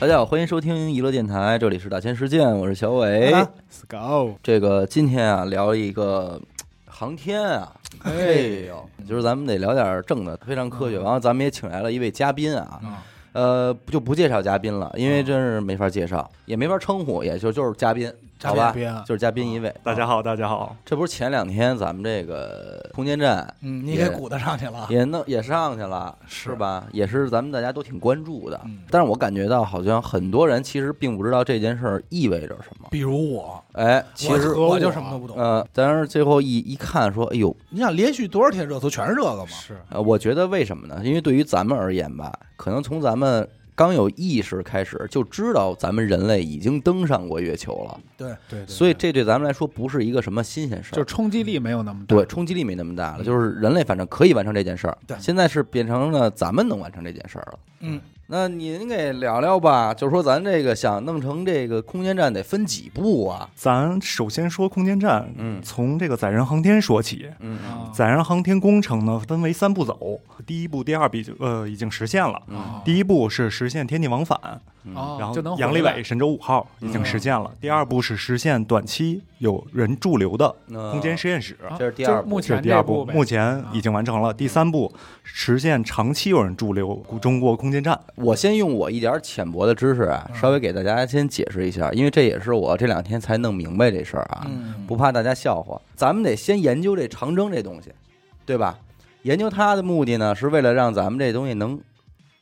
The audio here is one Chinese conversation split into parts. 大家好，欢迎收听娱乐电台，这里是大千世界，我是小伟。 s go，这个今天啊，聊一个嘖航天啊，哎呦，就是咱们得聊点正的，非常科嗯学。然后咱们也请来了一位嘉宾啊，呃，就不介绍嘉宾了，因为嗯真是没法介绍，也没法称呼，也就就是嘉宾，嘉好宾吧啊，就是嘉宾一位。大家好，大家好，这不是前两天咱们这个空间站嗯，你给鼓捣上去了，也弄也上去了，是是吧？也是咱们大家都挺关注的嗯，但是我感觉到好像很多人其实并不知道这件事儿意味着什么。比如我，哎，其我实我我就什么都不懂。呃，但是最后一一看说，哎呦，你想连续多少天热搜全是这个吗？是，呃，我觉得为什么呢？因为对于咱们而言吧，可能从咱们刚有意识开始就知道咱们人类已经登上过月球了，对，对对，所以这对咱们来说不是一个什么新鲜事就嗯儿。冲击力没有那么大。对，冲击力没那么大了，就是人类反正可以完成这件事儿。对现在是变成了咱们能完成这件事儿了。嗯，那您给聊聊吧，就是说咱这个想弄成这个空间站得分几步啊？咱首先说空间站，嗯从这个载人航天说起。嗯啊载人航天工程呢，分为三步走，第一步、第二步已经呃已经实现了。嗯啊第一步是实现天地往返，哦然后就能回杨利来嗯伟神舟五号已经实现了。第二步是实现短期有人驻留的嗯空间实验室，啊这是第就二步目这前是第二这步，呗嗯目前已经完成了。第三步实现长期有人驻留中国空间站。我先用我一点儿浅薄的知识啊，稍微给大家先解释一下，因为这也是我这两天才弄明白这事儿啊，嗯，不怕大家笑话。咱们得先研究这长征这东西，对吧？研究它的目的呢，是为了让咱们这东西能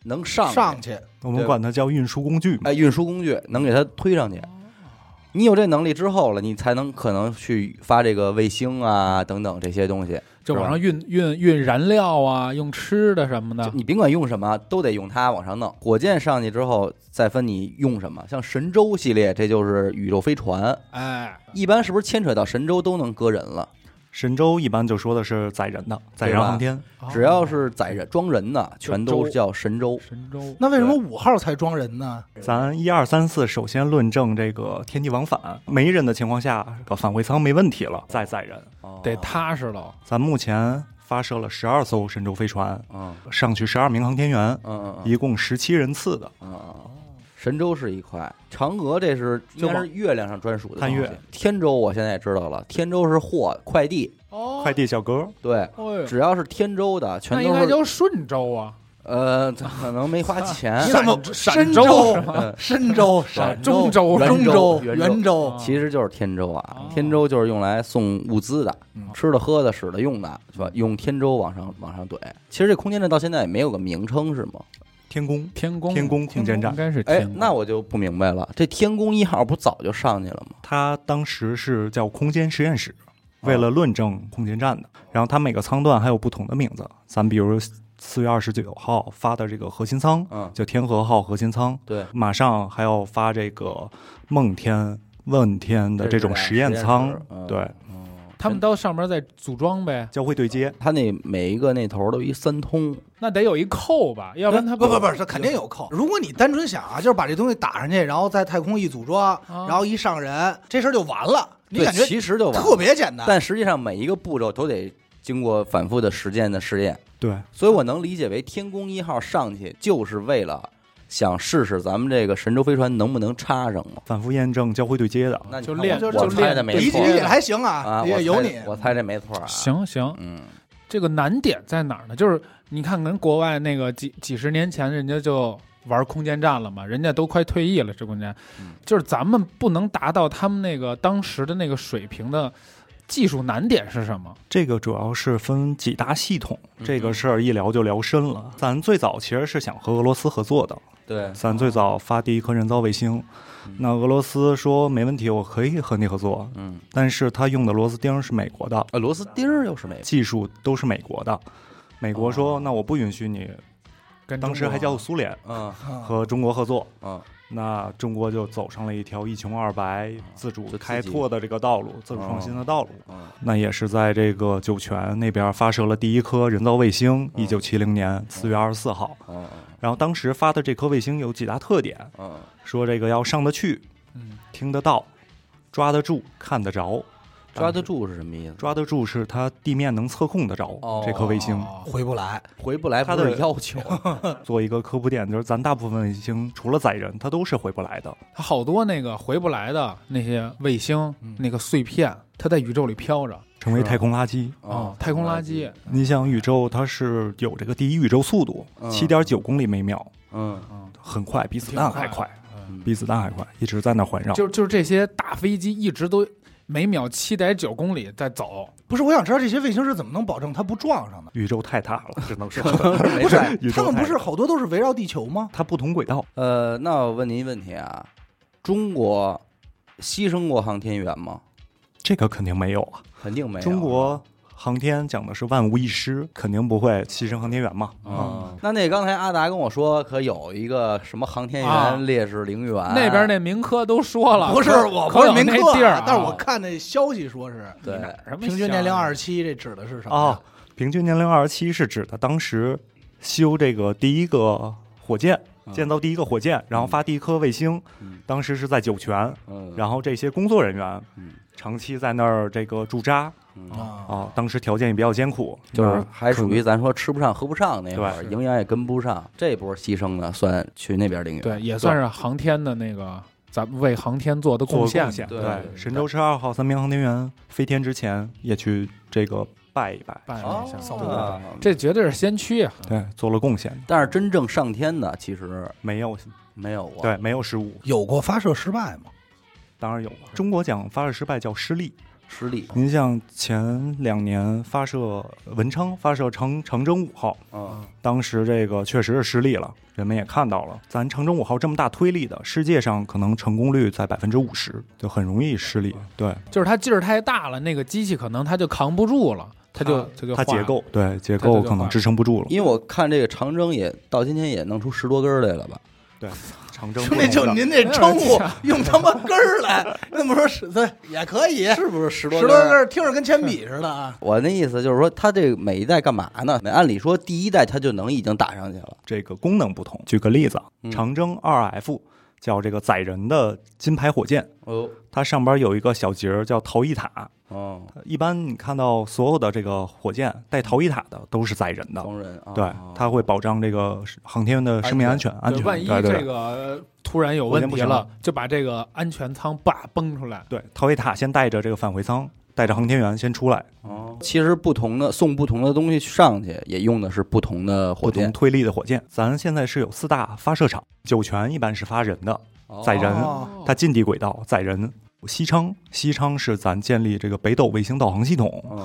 能上去上去，我们管它叫运输工具嘛。哎，运输工具能给它推上去。你有这能力之后了，你才能可能去发这个卫星啊等等这些东西。就是吧往上运运运燃料啊，用吃的什么就的，你甭管用什么，都得用它往上弄。火箭上去之后，再分你用什么。像神舟系列，这就是宇宙飞船，哎，一般是不是牵扯到神舟都能搁人了？神舟一般就说的是载人的，载人航天。只要是载人装人的，就全都哦舟叫神舟。哦神舟，哦那为什么五号才装人呢？咱一二三四首先论证这个天地往返，没人的情况下，返回舱没问题了，再载人。哦嗯得踏实了。咱目前发射了十二艘神舟飞船，嗯，上去十二名航天员，嗯嗯嗯一共十七人次的。嗯嗯。神舟是一块，嫦娥这是应该就是月亮上专属的探东月西。天舟我现在也知道了，天舟是货快递，哦快递小哥，对，哎呦，只要是天舟的，全那应都该是叫顺州啊，呃，可能没花 钱。这么陕深州州是吗嗯深州、陕中州州、中中州、圆圆州，哦其实就是天舟啊哦，天舟就是用来送物资的，嗯吃的、喝的、使的、用的，是吧？用天舟往上往上怼。其实这空间站到现在也没有个名称，是吗？天宫，天宫天宫空间站应该是哎天，宫。那我就不明白了，这天宫一号不早就上去了吗？它当时是叫空间实验室，为了论证空间站的。然后它每个舱段还有不同的名字，咱比如四月二十九号发的这个核心舱，嗯，叫天河号核心舱。对，马上还要发这个梦天、问天的这种实验舱，嗯对，他们到上面再组装呗，交会对接。它那每一个那头都一三通，那得有一扣吧，要不然他呃不不不，这肯定有扣。如果你单纯想啊，就是把这东西打上去，然后在太空一组装，然后一上人，这事儿就完了。你对，感觉其实就完了特，别简单，但实际上每一个步骤都得经过反复的实践的试验。对，所以我能理解为天宫一号上去就是为了想试试咱们这个神舟飞船能不能插上嘛？反复验证交会对接的。那你就看练我就我练猜的没理错解理解还行啊，啊，我也有猜你的。我猜这没错啊。，行行，嗯，这个难点在哪儿呢？就是你看，跟国外那个几几十年前，人家就玩空间站了嘛，人家都快退役了，这空间，嗯就是咱们不能达到他们那个当时的那个水平的技术难点是什么？这个主要是分几大系统，嗯这个事儿一聊就聊深了。咱最早其实是想和俄罗斯合作的，对，咱最早发第一颗人造卫星嗯，那俄罗斯说没问题，我可以和你合作，嗯，但是他用的螺丝钉是美国的，啊，螺丝钉儿又是没技术都是美国的。美国哦说，那我不允许你，跟啊当时还叫苏联嗯嗯和中国合作，嗯，那中国就走上了一条一穷二白、自主啊就自己啊开拓的这个道路，自主创新的道路。嗯那也是在这个酒泉那边发射了第一颗人造卫星，一九七零年四月二十四号。嗯然后当时发的这颗卫星有几大特点，嗯说这个要上得去、嗯听得到、抓得住、看得着。抓得住是什么意思？抓得住是它地面能测控得着、哦这颗卫星。回不来，回不来他不的是要 求，做一个科普点，就是咱大部分卫星除了载人，它都是回不来的。它好多那个回不来的那些卫星嗯那个碎片，它在宇宙里飘着啊成啊为太空垃圾。哦，太空垃圾，你想，宇宙它是有这个第一宇宙速度，嗯七点九公里每秒，嗯，很快，比子挺弹还快，的。嗯比子弹还快，一直在那环绕。就就是这些大飞机一直都每秒七点九公里在走，不是？我想知道这些卫星是怎么能保证它不撞上的？宇宙太大了，只能说 没不事是儿。宇，宙他们太不是好多都是围绕地球吗？它不同轨道，呃，那我问您一问题啊，中国牺牲过航天员吗？这个肯定没有啊。肯定没有。中国航天讲的是万无一失，肯定不会牺牲航天员嘛。啊，那那刚才阿达跟我说，可有一个什么航天啊员烈士陵园那边那民科都说了，不是，可我可不是有民那科地儿啊啊，但是我看那消息说是对什么平均年龄想二十七，这指的是什么呀哦？，平均年龄二十七是指的当时修这个第一个火箭，嗯建造第一个火箭，然后发第一颗卫星嗯，当时是在酒泉，嗯，然后这些工作人员嗯长期在那儿这个驻扎嗯，啊，啊，当时条件也比较艰苦，就是那还属于咱说吃不上喝不上那会儿，对营养也跟不上，这波牺牲呢，算去那边陵园。对，也算是航天的那个，咱们为航天做的做贡贡献对对，神舟十二号三名航天员飞天之前也去这个拜一拜，办哦一下，扫对墓啊这绝对是先驱啊！对，做了贡献，但是真正上天的其实没有没有过。对没有失误，有过发射失败 吗？当然有了。中国讲发射失败叫失利。失利，您像前两年发射文昌发射长长征五号，嗯当时这个确实是失利了，人们也看到了。咱长征五号这么大推力的，世界上可能成功率在百分之五十，就很容易失利。对，就是它劲儿太大了，那个机器可能它就扛不住了，它就它就它化结了构对结它构就可能化支撑不住了。因为我看这个长征也到今天也弄出十多根儿来了吧？长征兄弟，就您这称呼用他妈根儿来， 那么说是对也可以， 是不是十十多多根根儿？儿听着跟铅笔似的啊。我那意思就是说，它这个每一代干嘛呢？按理说第一代它就能已经打上去了，这个功能不同。举个例子啊嗯，长征二 F 叫这个载人的金牌火箭，哦它上边有一个小节儿叫逃逸塔，哦，一般你看到所有的这个火箭带逃逸塔的都是载人的，双人啊，对，它会保障这个航天员的生命安全安对全。万一对对这对个呃突然有我先问不题行了了，就把这个安全舱叭崩出来。对逃逸塔先带着这个返回舱，带着航天员先出来，哦，其实不同的送不同的东西上去，也用的是不同的火不同箭推力的火箭。咱现在是有四大发射场，酒泉一般是发人的，载人 哦它近地轨道载人。西昌，西昌是咱建立这个北斗卫星导航系统嗯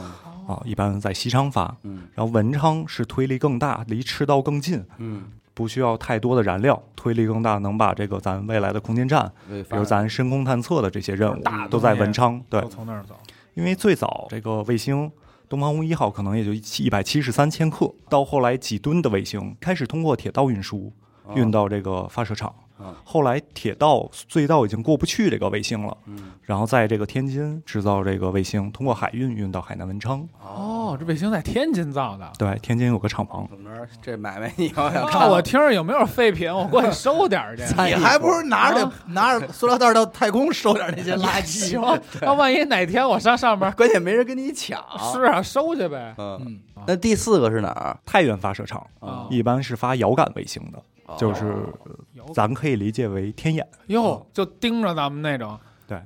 啊，一般在西昌发。嗯然后文昌是推力更大，离赤道更近，嗯，不需要太多的燃料，推力更大，能把这个咱未来的空间站，对，比如咱深空探测的这些任务大的，都在东西文昌。对都，从那儿走，因为最早这个卫星东方红一号可能也就一百七十三千克，到后来几吨的卫星开始通过铁道运输哦运到这个发射场啊。后来铁道隧道已经过不去这个卫星了，嗯然后在这个天津制造这个卫星，通过海运运到海南文昌。哦，这卫星在天津造的。对，天津有个厂房，怎么着？这买卖你要想那我听着有没有废品，我过去收点儿去。你还不如拿着拿着塑料袋到太空收点那些垃圾行。， 那万一哪天我上上面，关键没人跟你 抢。是啊，收去呗。嗯， 嗯，那第四个是哪儿？太原发射场哦啊哦一般是发遥感卫星的，就是有哦咱可以理解为天眼。哟，就盯着咱们那种，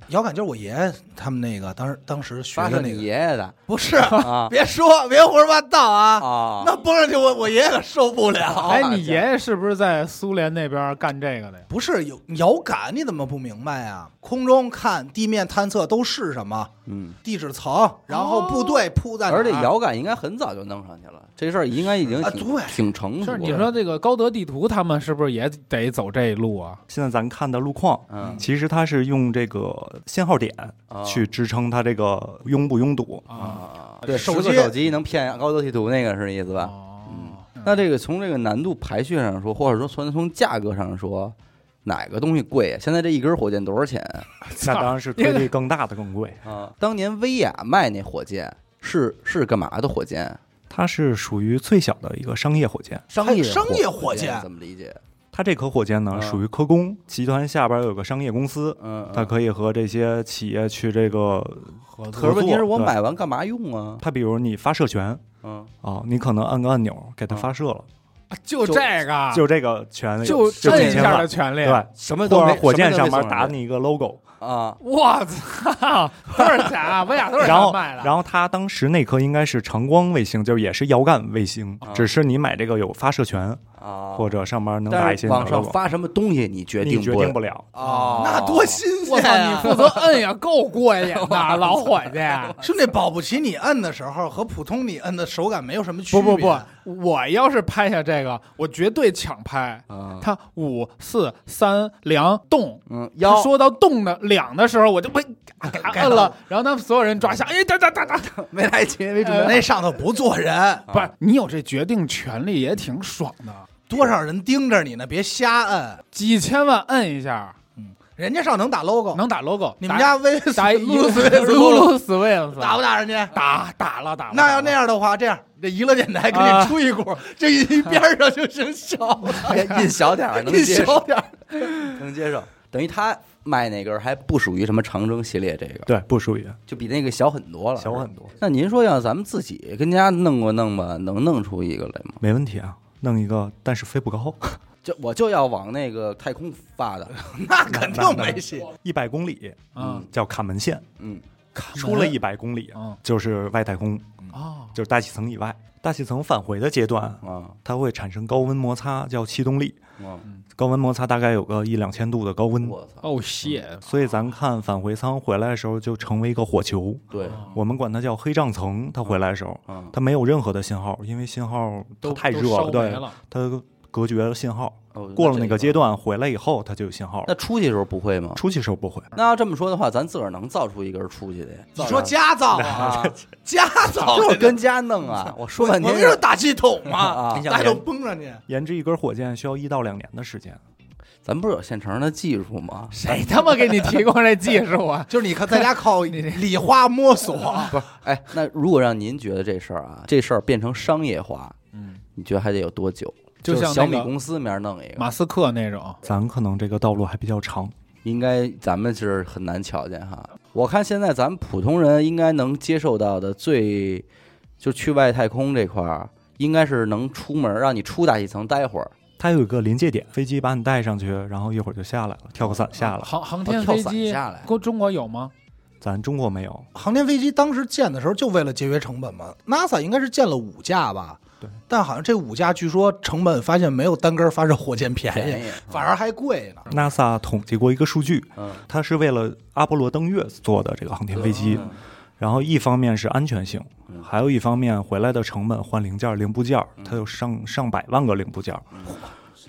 遥感就是我爷爷他们那个当时当时学发射的你那个，爷爷 的不是，啊别说别胡说八道啊，啊！那崩上去我我爷爷可受不哦 了。哎，你爷爷是不是在苏联那边干这个的呀？不是有遥感，你怎么不明白啊？空中看、地面探测都是什么？嗯，地质层，然后部队哦铺在哪儿，而且遥感应该很早就弄上去了，这事儿应该已经啊挺对挺嗯成熟是了。你说这个高德地图，他们是不是也得走这一路啊？现在咱看的路况，嗯其实它是用这个信号点啊去支撑它这个拥不拥堵。啊，啊，对，手10个机手机能骗高德地图那个是意思吧？嗯哦，那这个从这个难度排序上说，或者说从从价格上说，哪个东西贵啊？现在这一根火箭多少钱那当然是推力更大的更贵。啊？当年威亚卖那火箭是是干嘛的火箭？它是属于最小的一个商业火箭，商业哎商业火火箭怎么理解？它它这颗火箭呢，啊属于科工集团下边有个商业公司，嗯，嗯它可以和这些企业去这个，合可是问题是我对买完干嘛用啊？它比如你发射权嗯，啊，你可能按个按钮给它发射了，就这个，就这个权利，就就这几一千下的万，权利，对，什么都或没者火箭什么上都没送面打上你一个 logo，来啊， 我操，多少钱啊？维亚多少然钱后，卖的？然后它当时那颗应该是长光卫星，就是也是遥感卫星啊，只是你买这个有发射权，啊，或者上面能打但一是些你的网上 logo，发什么东西你决你定决定不了。啊，那多新我鲜啊操，你呀！负责摁呀，够过瘾 的，老伙计。啊兄弟，保不齐你摁的时候和普通你摁的手感没有什么区不别。不不，我要是拍下这个，我绝对抢拍。啊，他五四三两动，嗯，他腰说到动的两的时候，我就喂，嘎嘎该摁了，然后他们所有人抓瞎，哎，哒哒哒哒， 没来及，没准备呃那上头不坐人，不是你有这决定权利也挺爽的，多少人盯着你呢？别瞎摁，几千万摁一下人家上能打 logo，能打 logo，哦你们家威斯打一路个斯威斯布鲁 Lulu Swings 打不打人家？打打了打了，那要那样样的话，这样这娱乐电台给你啊出一股，这一边儿上就生效了，哎印小点儿能你接小受，点儿。能接受。等于他卖那根儿还不属于什么长征系列，这个对，不属于就比那个小很多了，小很多，那您说要咱们自己跟家弄过弄吧，能弄出一个来吗？没问题啊。弄一个，但是飞不高，就我就要往那个太空发的，那肯定没戏。一百公里，嗯，叫卡门线，嗯，出了一百公里嗯就是外太空，嗯哦就是大气层以外。大气层返回的阶段，啊，它会产生高温摩擦，叫气动力。啊高温摩擦大概有个一两千度的高温，我操，哦 shit，所以咱看返回舱回来的时候就成为一个火球，对，我们管它叫黑障层。它回来的时候，嗯，它没有任何的信号，因为信号它都太热都烧了，没对，了它隔绝了信号。哦过了那个阶，这段回来以后，它就有信号那了。出去时候不会吗？出去时候不会，那要这么说的话，咱自个儿能造出一根出去的呀？你说家造啊，啊，家造 就是跟家弄啊！我说我半天们就是打气筒嘛啊，你想大家都研崩上去。研制一根火箭需要一到两年的时间。咱不是有现成的技术吗？谁他妈给你提供这技 术啊？就是你看，啊在 家靠礼花摸 索，不是，哎，那如果让您觉得这事儿啊，这事儿变成商业化，嗯，你觉得还得有多久？就像是小那米个公司明儿弄一个，马斯克那种，咱可能这个道路还比较长，应该咱们是很难瞧见哈。我看现在咱们普通人应该能接受到的最，就去外太空这块儿，应该是能出门让你出大气层待会儿，它有一个临界点，飞机把你带上去，然后一会儿就下来了，跳个伞下来。航航哦天跳飞伞机下来国中国有吗？咱中国没有，航天飞机当时建的时候就为了节约成本嘛，NASA 应该是建了五架吧？对，但好像这五架据说成本发现没有单根发射火箭便宜，宜，反而还贵呢。 NASA 统计过一个数据，嗯，它是为了阿波罗登月做的这个航天飞机，嗯然后一方面是安全性，还有一方面回来的成本换零件儿、零部件儿，嗯它有上上百万个零部件儿，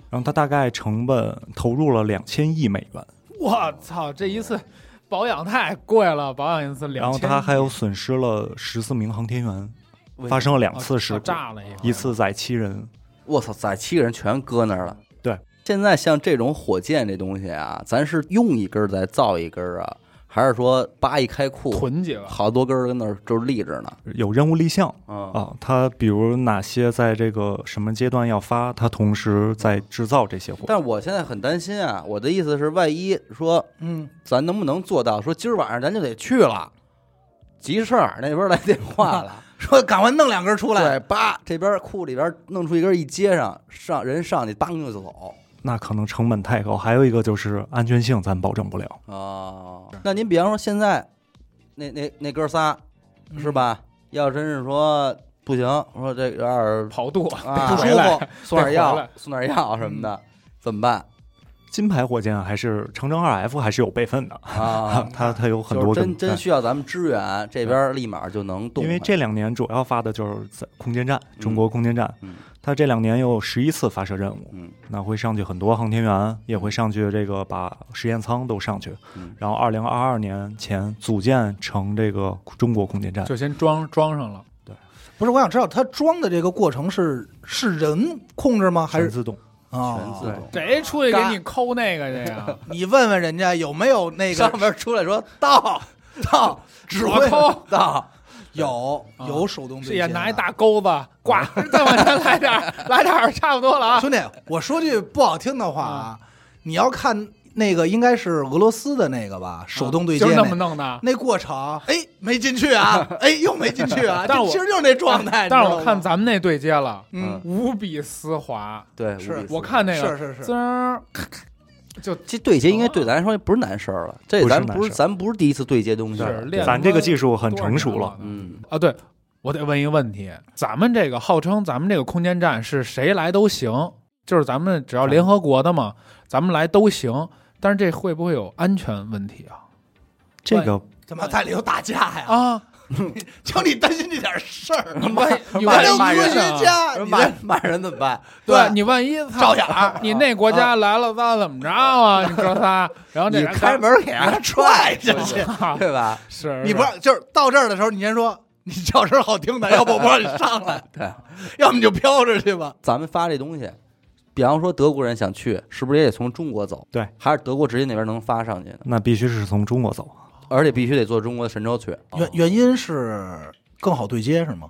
然后它大概成本投入了两千亿美元，我操，这一次保养太贵了，保养一次然两后千，它还有损失了十四名航天员，发生了两次事啊故，炸了一个，一次载七人，我操，载七个人全搁那儿了。对，现在像这种火箭这东西啊，咱是用一根儿再造一根儿啊，还是说扒一开库，囤几个，好多根儿跟那儿就是立着呢？有任务立项。嗯，啊，它比如哪些在这个什么阶段要发，它同时在制造这些货。但我现在很担心啊，我的意思是，万一说嗯，咱能不能做到说今儿晚上咱就得去了，急事儿那边来电话 了，说赶快弄两根出来对，，叭这边库里边弄出一根一接上，上人上去，当就走那可能成本太高，还有一个就是安全性咱保证不了。啊。那您比方说现在那那那哥仨嗯是？吧？要真是说不行，说这有点儿跑肚，啊 不舒回来嗯服，送点回药来，送点药什么的，怎么办金牌火箭啊还是长征二 F 还是有备份的，？啊 它它有很就是多哎真种。真需要咱们支援，这边立马就能动因了。为这两年主要发的就是在空间站，嗯中国空间站，嗯它这两年又有十一次发射任务，嗯那会上去很多航天员，也会上去这个把实验舱都上去，嗯然后二零二二年前组建成这个中国空间站，就先装装上了，不是，我想知道它装的这个过程是是人控制吗？还全是自动。全啊自？哎 动。谁出去给你抠那个去呀？你问问人家有没有那上个面出来说到到 指我挥哦抠到，有啊有手动对是接呀，的，啊拿一大钩子挂，再往前来点儿，来点儿，差不多了啊。兄弟，我说句不好听的话啊，你要看那个应该是俄罗斯的那个吧，手动对接啊就是那那么弄 的。那过程，哎，没进去啊，哎，又没进去啊， 但是这我其实就是那状态。但是你我知道看吗咱们那对接了，嗯，无比丝滑。对，是无比斯我看那个是是滋是，儿，咔咔就这对接应该对咱来说不是难事儿了，这哦不是咱难不是事儿咱不是第一次对接东西是了，练咱这个技术很成熟多少了，年嗯，啊。对，我得问一个问题：咱们这个号称咱们这个空间站是谁来都行，就是咱们只要联合国的嘛，咱们来都行。但是这会不会有安全问题啊？这个怎么在里头打架呀？啊，就你担心这点 事儿，万一骂还有人骂科人学啊家，你骂这 骂人怎么办？对你万一照眼儿啊你那国家来了，咱怎么着啊？你哥仨，然后这你人开门给把他他踹下去。 啊对吧？是你不让，就是到这儿的时候，你先说你叫声好听的，要不我不让你 上来，对，要么你就飘着去吧。咱们发这东西，比方说德国人想去，是不是也得从中国走？对，还是德国直接那边能发上去呢？那必须是从中国走。而且必须得坐中国神州去。哦哦原原因是更好对接是吗？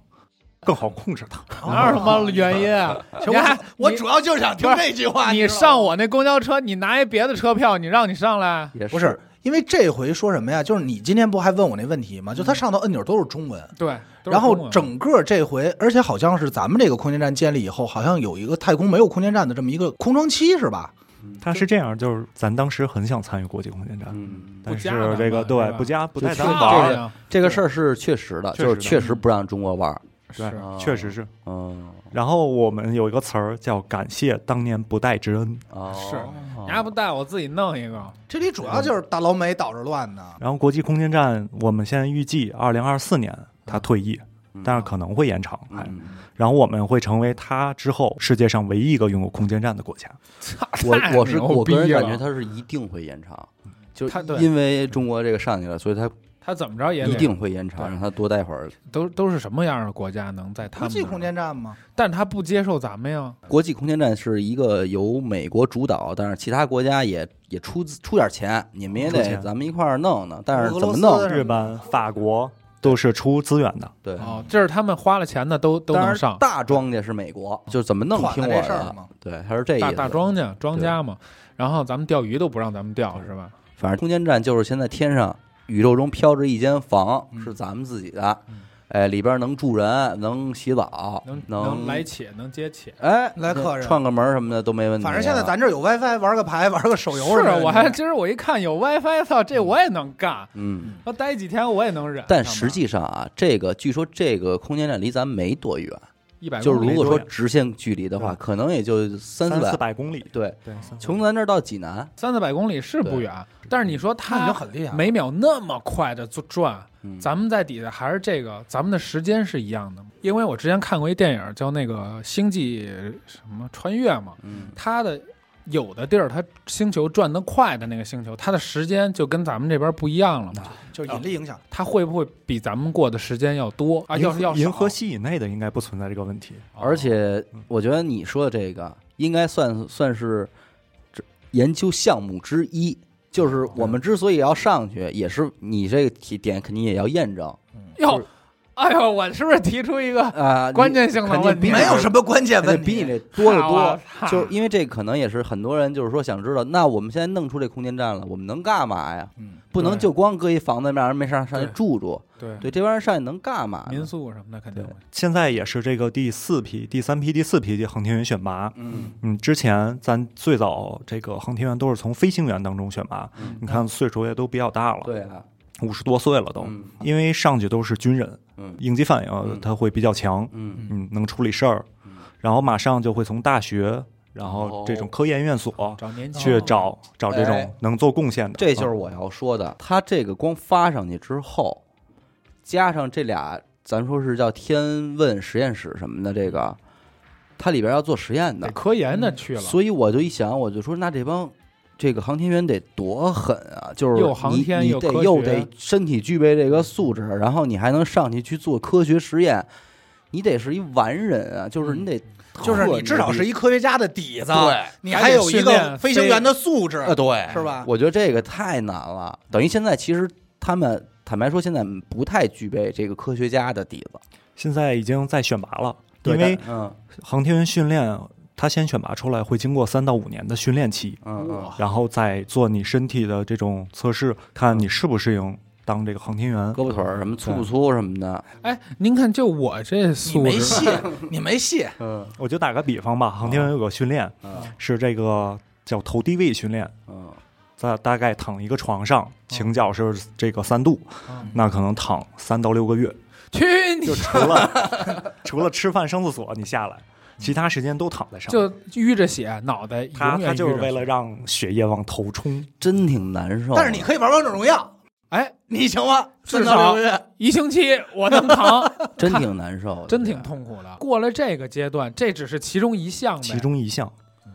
更好控制它。哪有什么原因 啊？行，你还我我你主要就是想听不是这句话。你知道吗上我那公交车，你拿一别的车票，你让你上来，也不是，因为这回说什么呀？就是你今天不还问我那问题吗？就它上头按钮都是中文，对，嗯都是中然后文啊整个这回，而且好像是咱们这个空间站建立以后，好像有一个太空没有空间站的这么一个空窗期，是吧？它是这样，就是咱当时很想参与国际空间站，嗯，但是不加咱们这个是对吧不加不就带确咱们实玩这儿，个这个事儿是确实的，就确实是的确实不让中国玩儿。是对啊确实是。嗯，然后我们有一个词儿叫感谢当年不带之恩。哦，是你还不带我自己弄一个，这里主要就是大老美导着乱呢。然后国际空间站，我们现在预计二零二四年它退役，但是可能会延长。还嗯然后我们会成为它之后世界上唯一一个拥有空间站的国家。操 我我是我个人感觉，太牛逼了它是一定会延长，就它对因为中国这个上去了，所以它他怎么着也得一定会延长，对让它多待会儿。都都是什么样的国家能在他国们际那儿空，间站吗？但他不接受咱们呀，国际空间站是一个由美国主导，但是其他国家也也出资出点钱，你们也出得钱咱们一块儿弄弄，但是怎俄罗么斯弄？是日本、法国都是出资源的，对，哦，这是他们花了钱的都都当能然上，大庄家是美国，就是怎么弄管听的我这事儿的吗？对，他是这意大思。大庄稼庄家嘛，然后咱们钓鱼都不让咱们钓是吧？反正空间站就是现在天上宇宙中飘着一间房嗯，是咱们自己的，哎，里边能住人，能洗澡，能能来且能接且。哎来客人串个门什么的都没问题啊。反正现在咱这儿有 WiFi，玩个牌，玩个手游什是么的。啊，我还今儿我一看有 WiFi，操，这我也能干，嗯，要待几天我也能忍。但实际上啊，这个据说这个空间站离咱没多远，一百就是如果说没多远直线距离的话，对可能也就三三百四。百公里。对，对，三四百从咱这儿到济南，三四百公里是不远，但是你说那已它经很厉害了。每秒那么快的转，嗯咱们在底下还是这个，咱们的时间是一样的吗。因为我之前看过一电影叫那个《星际什么穿越》嘛，嗯它的有的地儿它星球转得快的那个星球，它的时间就跟咱们这边不一样了嘛。就是引力影响，它会不会比咱们过的时间要多啊？银要河是要少银河系以内的应该不存在这个问题。哦而且嗯我觉得你说的这个应该算算是这研究项目之一，就是哦我们之所以要上去，也是你这个提点肯定也要验证嗯哟，哎呦，我是不是提出一个啊。你关键性的肯问定题比没有什么关键肯问定题，比你这多得好多啊，就是因为这可能也是很多人就是说想知道，那我们现在弄出这空间站了，我们能干嘛呀？嗯不能对就光搁一房子让人没上上去对住住，对对，这帮人上去能干嘛呢？民宿什么的肯定对会现在也是这个第四批、第三批、第四批的航天员选拔。嗯，嗯，之前咱最早这个航天员都是从飞行员当中选拔，嗯你看岁数也都比较大了，对啊，五十多岁了都，嗯因为上去都是军人，嗯应激反应他会比较强，嗯嗯，能处理事儿，然后马上就会从大学，然后这种科研院所、找年轻去找找这哦哎种能做贡献的，这就是嗯我要说的。它这个光发上去之后，加上这俩，咱说是叫天问实验室什么的，这个它里边要做实验得的，科研的去了，所以我就一想，我就说那这帮。这个航天员得多狠啊！就是又航天你又你得科学又得身体具备这个素质，然后你还能上去去做科学实验，你得是一完人啊！嗯就是你得特就牛逼，是你至少是一科学家的底子，对你还有一还得训个练飞行员的素质，对是吧？我觉得这个太难了，等于现在其实他们坦白说，现在不太具备这个科学家的底子，现在已经在选拔了，对因为但嗯航天员训练，他先选拔出来会经过三到五年的训练期，嗯嗯，然后再做你身体的这种测试，看你适不适应当这个航天员。嗯胳膊腿儿什么粗不粗什么的，哎，您看，就我这你素没质，戏，你没戏，嗯我就打个比方吧，航天员有个训练嗯是这个叫头低位训练，嗯在大概躺一个床上，嗯倾角是这个三度，那可能躺三到六个月，去你就除了 除了吃饭上厕所你下来，其他时间都躺在上面。就淤着血，脑袋他永远他淤就是着为血了让血液往头冲，真挺难受的。但是你可以玩王者荣耀，哎你行吗？至少三到六个月一星期我能扛，真挺难受， 真挺。痛苦的。过了这个阶段，这只是其中一项呗，其中一项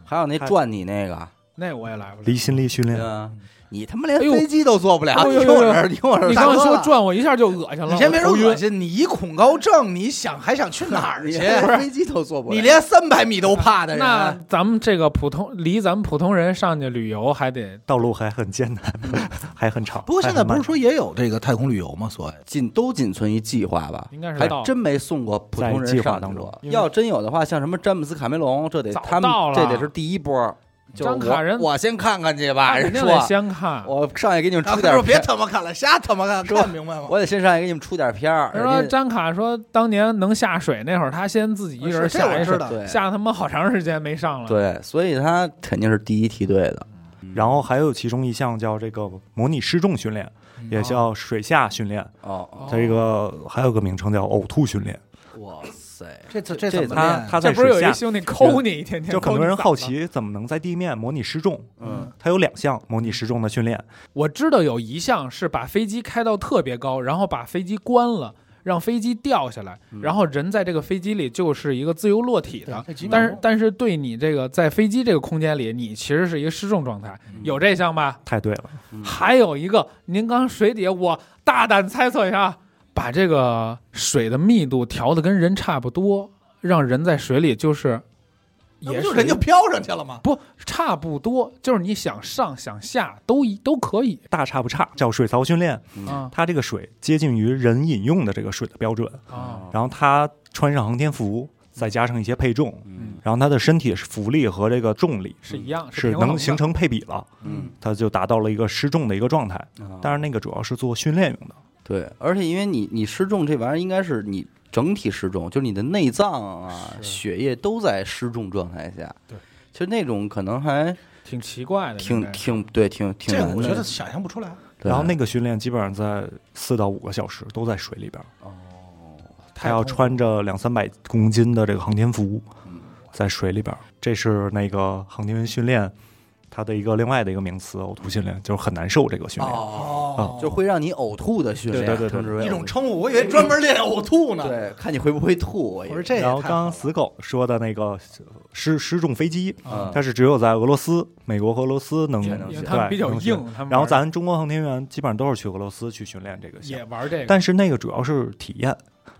还有那转你那个，那我也来不了离。心力训练。嗯，你他妈连哎呦飞机都坐不了，哎你呦听我这哎儿，你听我这儿你大刚哥才了，说转我一下就恶心了，你先别说我头晕恶心，你一恐高症，你想还想去哪 儿去你？连飞机都坐不了，你连三百米都怕的那人，咱们这个普通离咱们普通人上去旅游还得道路还很艰难， 还很长。嗯不过现在还很不漫是说也有这个太空旅游吗？所谓仅都仅存于计划吧，应该是还到真没送过普通人在计划上当去中过因为要真有的话，像什么詹姆斯卡梅隆，这得早他到们了这得是第一波，就是张卡我人我先看看去吧，肯人定得说先看。我上去给你们然出 后他说点别片，他妈看了，瞎他妈看，说看明白吗？我得先上去给你们出点片儿，他说人家张卡说，当年能下水那会儿，他先自己一人是这下我一知水，道，对下他妈好长时间没上了。，对，所以他肯定是第一梯队的，然后还有其中一项叫这个模拟失重训练，也叫水下训练。哦，嗯啊哦这个还有个名称叫呕吐训练。哇塞，这这这这怎么他练？啊他啊这在不是有水一下，兄弟抠你一天天，就很多人抠你好嗓子。奇怎么能在地面模拟失重。嗯，它有两项模拟失重的训练，我知道有一项是把飞机开到特别高，然后把飞机关了。让飞机掉下来，嗯然后人在这个飞机里就是一个自由落体的对这几，秒但是钟但是对你这个在飞机这个空间里，你其实是一个失重状态，嗯有这项吧？太对了，还有一个，您刚水底，我大胆猜测一下，把这个水的密度调的跟人差不多，让人在水里就是那也不是就人就飘上去了 吗？不差不多，就是你想上想下都一都可以大差不差，叫水槽训练。啊它这个水接近于人饮用的这个水的标准，啊然后他穿上航天服，再加上一些配重，嗯然后他的身体浮力和这个重力是一样，是平衡能的形成配比了，嗯，他就达到了一个失重的一个状态。啊当然，那个主要是做训练用的。对，而且因为你你失重这玩意儿应该是你整体失重，就是你的内脏啊、是血液都在失重状态下。对，其实那种可能还挺奇怪的，应挺该是挺对，挺挺这个难我觉得的。想象不出来。对然后那个训练基本上在四到五个小时都在水里边，他哦太要痛苦穿着两三百公斤的这个航天服嗯，在水里边。这是那个航天员训练，它的一个另外的一个名词——呕吐训练，就是很难受这个训练。哦，哦 就会让你呕吐的训练，对对对对称之为一种呕吐称呼，我以为专门练呕吐呢。，对，看你会不会吐。我以我为说这也然后太刚好刚了死狗说的那个失失重飞机，嗯它是只有在俄罗斯、美国和俄罗斯能才因能为行他们对比较能行硬，他们然后玩咱中国航天员基本上都是去俄罗斯去训练这个项也目，玩这个，但是那个主要是体验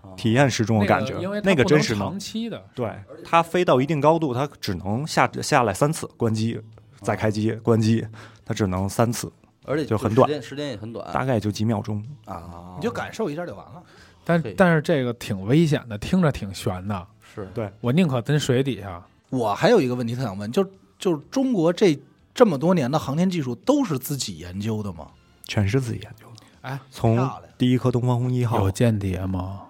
哦，体验失重那的个感觉，因为它那个不能真实长能。期的，对，它飞到一定高度，它只能下下来三次，关哦机，再开机，关机，它只能三次，而且就很时短间时间也很啊短大概就几秒钟。啊。你就感受一下就完了。但对但是这个挺危险的，听着挺悬的，是我宁可跟水底下。我还有一个问题特想问，就就是中国这这么多年的航天技术都是自己研究的吗？全是自己研究的。哎，从漂亮第一颗东方红一号有，间谍吗？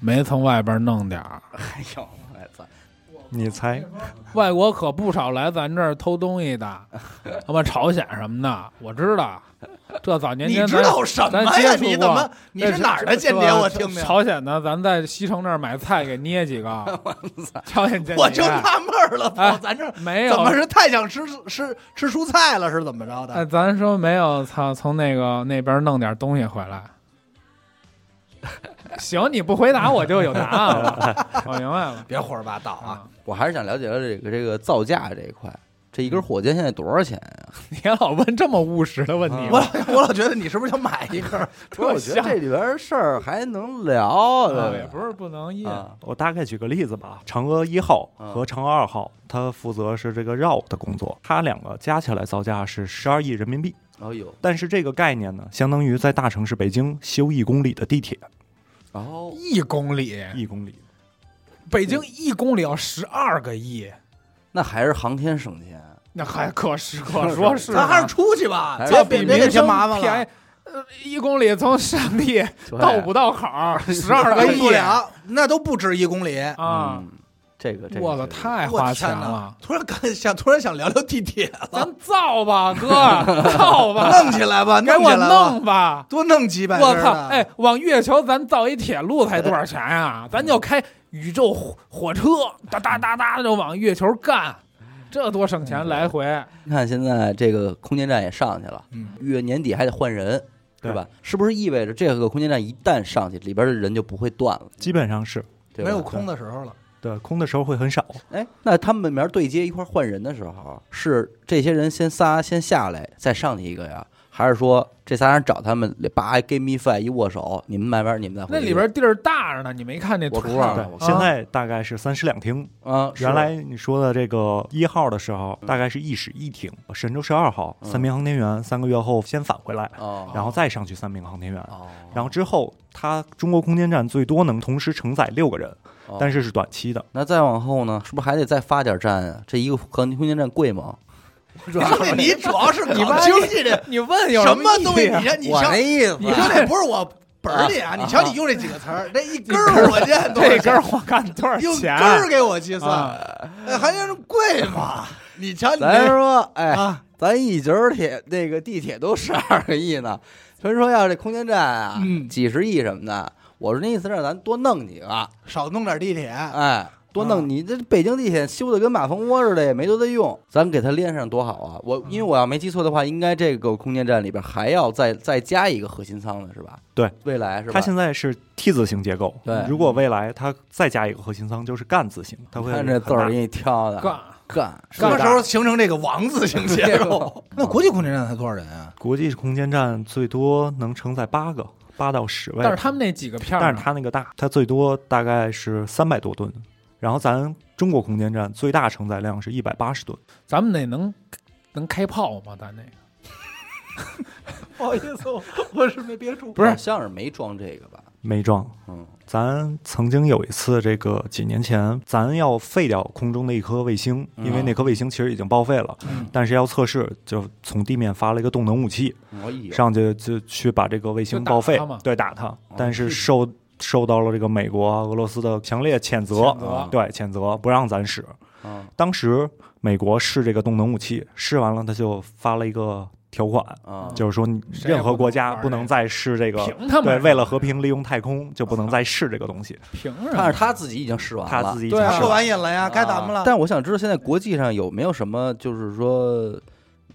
没从外边弄点儿，哎呦，我操！你猜外国可不少来咱这儿偷东西 的，他妈朝鲜什么的，我知道。这早年你间知咱道什么咱接呀？触过你怎么你这是哪儿的间谍？这我听听。朝鲜的，咱在西城那儿买菜给捏几 个。朝鲜间谍，我就纳闷儿了，哎跑咱这儿没有怎么是太想吃吃吃蔬菜了，是怎么着哎，的？咱说没有，操，从那个那边弄点东西回 来。行，你不回答我就有答 案了，我明白了。别胡说八道啊！我还是想了解了解这个这个造价这一块，这嗯一根火箭现在多少 钱呀、你也老问这么务实的问题啊我吗，老我老觉得你是不是想买一 根？不是，我觉得这里边事儿还能聊，啊对也不是不能印，啊，我大概举个例子吧，嫦娥一号嗯和嫦娥二号，它负责是这个绕的工作，它两个加起来造价是十二亿人民币。哎呦，但是这个概念呢，相当于在大城市北京修一公里的地铁，哦，一公里，一公里。北京一公里要十二个亿，那还是航天省钱，那还可 是可说是呢，嗯咱还是出去吧，还是出这别别嗯哎比别给民添生麻烦便了宜。。呃，一公里从上地对到五道口十二个跟亿 不了，那都不止一公里。啊！嗯这个这个，我这操，个太我花天钱哪了，突然感想，突然想聊聊地铁了，咱造吧， 哥，造吧，弄起来吧，给弄我起来吧，弄吧。多弄几百根我儿操！的哎，，往月球咱造一铁路才多少钱啊？咱就开宇宙火火车，哒哒哒哒就往月球干，这多省嗯钱来回。你看现在这个空间站也上去了，嗯，月年底还得换人，对对吧？是不是意味着这个空间站一旦上去，里边的人就不会断了？基本上是对吧没有空的时候了。对，空的时候会很少。哎，那他们明儿对接一块儿换人的时候，是这些人先仨先下来，再上去一个呀？还是说这仨人找他们，叭，give me five 一握手，你们那边你啊们再回去那里边地儿大着呢，你没看那我看图啊了对？，现在大概是三室两厅。啊，是原来你说的这个一号的时候，大概是一室一厅。神舟十二号嗯三名航天员三个月后先返回来，哦然后再上去三名航天员。哦，然后之后，它中国空间站最多能同时承载六个人，哦但是是短期的。那再往后呢，是不是还得再发点站啊？这一个航天空间站贵吗？兄弟，你主要是你搞万一经济这你问 有什么意义东西，啊你这你瞧，意思你说这不是我本儿里啊？你瞧你用这几个词儿，这一根儿火箭多少这钱，根儿我看多少用根钱？儿给我计算，啊，哎还是贵吗？你瞧你咱这说，哎，啊，咱一节儿铁那个地铁都十二个亿呢，所以说要这空间站啊，嗯几十亿什么的，我说那意思让咱多弄几个，少弄点地铁，哎，多啊弄你这北京地铁修的跟马蜂窝似的，也没多大用，嗯咱给它连上多好啊！我因为我要没记错的话，应该这个空间站里边还要再再加一个核心舱的是吧？对，未来是吧？它现在是 T 字形结构，对如果未来它再加一个核心舱，就是干字形，它会看这字儿很给大你挑的，干干什么时候形成这个王字形 结 构？那国际空间站才多少人啊？国际空间站最多能承载八个，八到十位。但是啊他们那几个片儿但呢，是它那个大，它最多大概是三百多吨，然后咱中国空间站最大承载量是一百八十吨，咱们那能能开炮吗？咱那个不好意思，我是没憋住。不是好像是没装这个吧？没装。嗯，咱曾经有一次，这个几年前，咱要废掉空中的一颗卫星，嗯因为那颗卫星其实已经报废了，嗯但是要测试，就从地面发了一个动能武器，我有上去就去把这个卫星报就废打它嘛，对，打它，但是受受到了这个美国、啊俄罗斯的强烈谴责谴，责对，谴责不让咱使。啊当时美国试这个动能武器，试完了他就发了一个条款，啊，就是说你谁也任何国家不不能玩能再试这个，凭他们对，为了和平利用太空就不能再试这个东西。凭什但么是？他自己已经试完了，他自己对啊已经他试过了完瘾了呀，该咱们了。但我想知道，现在国际上有没有什么，就是说，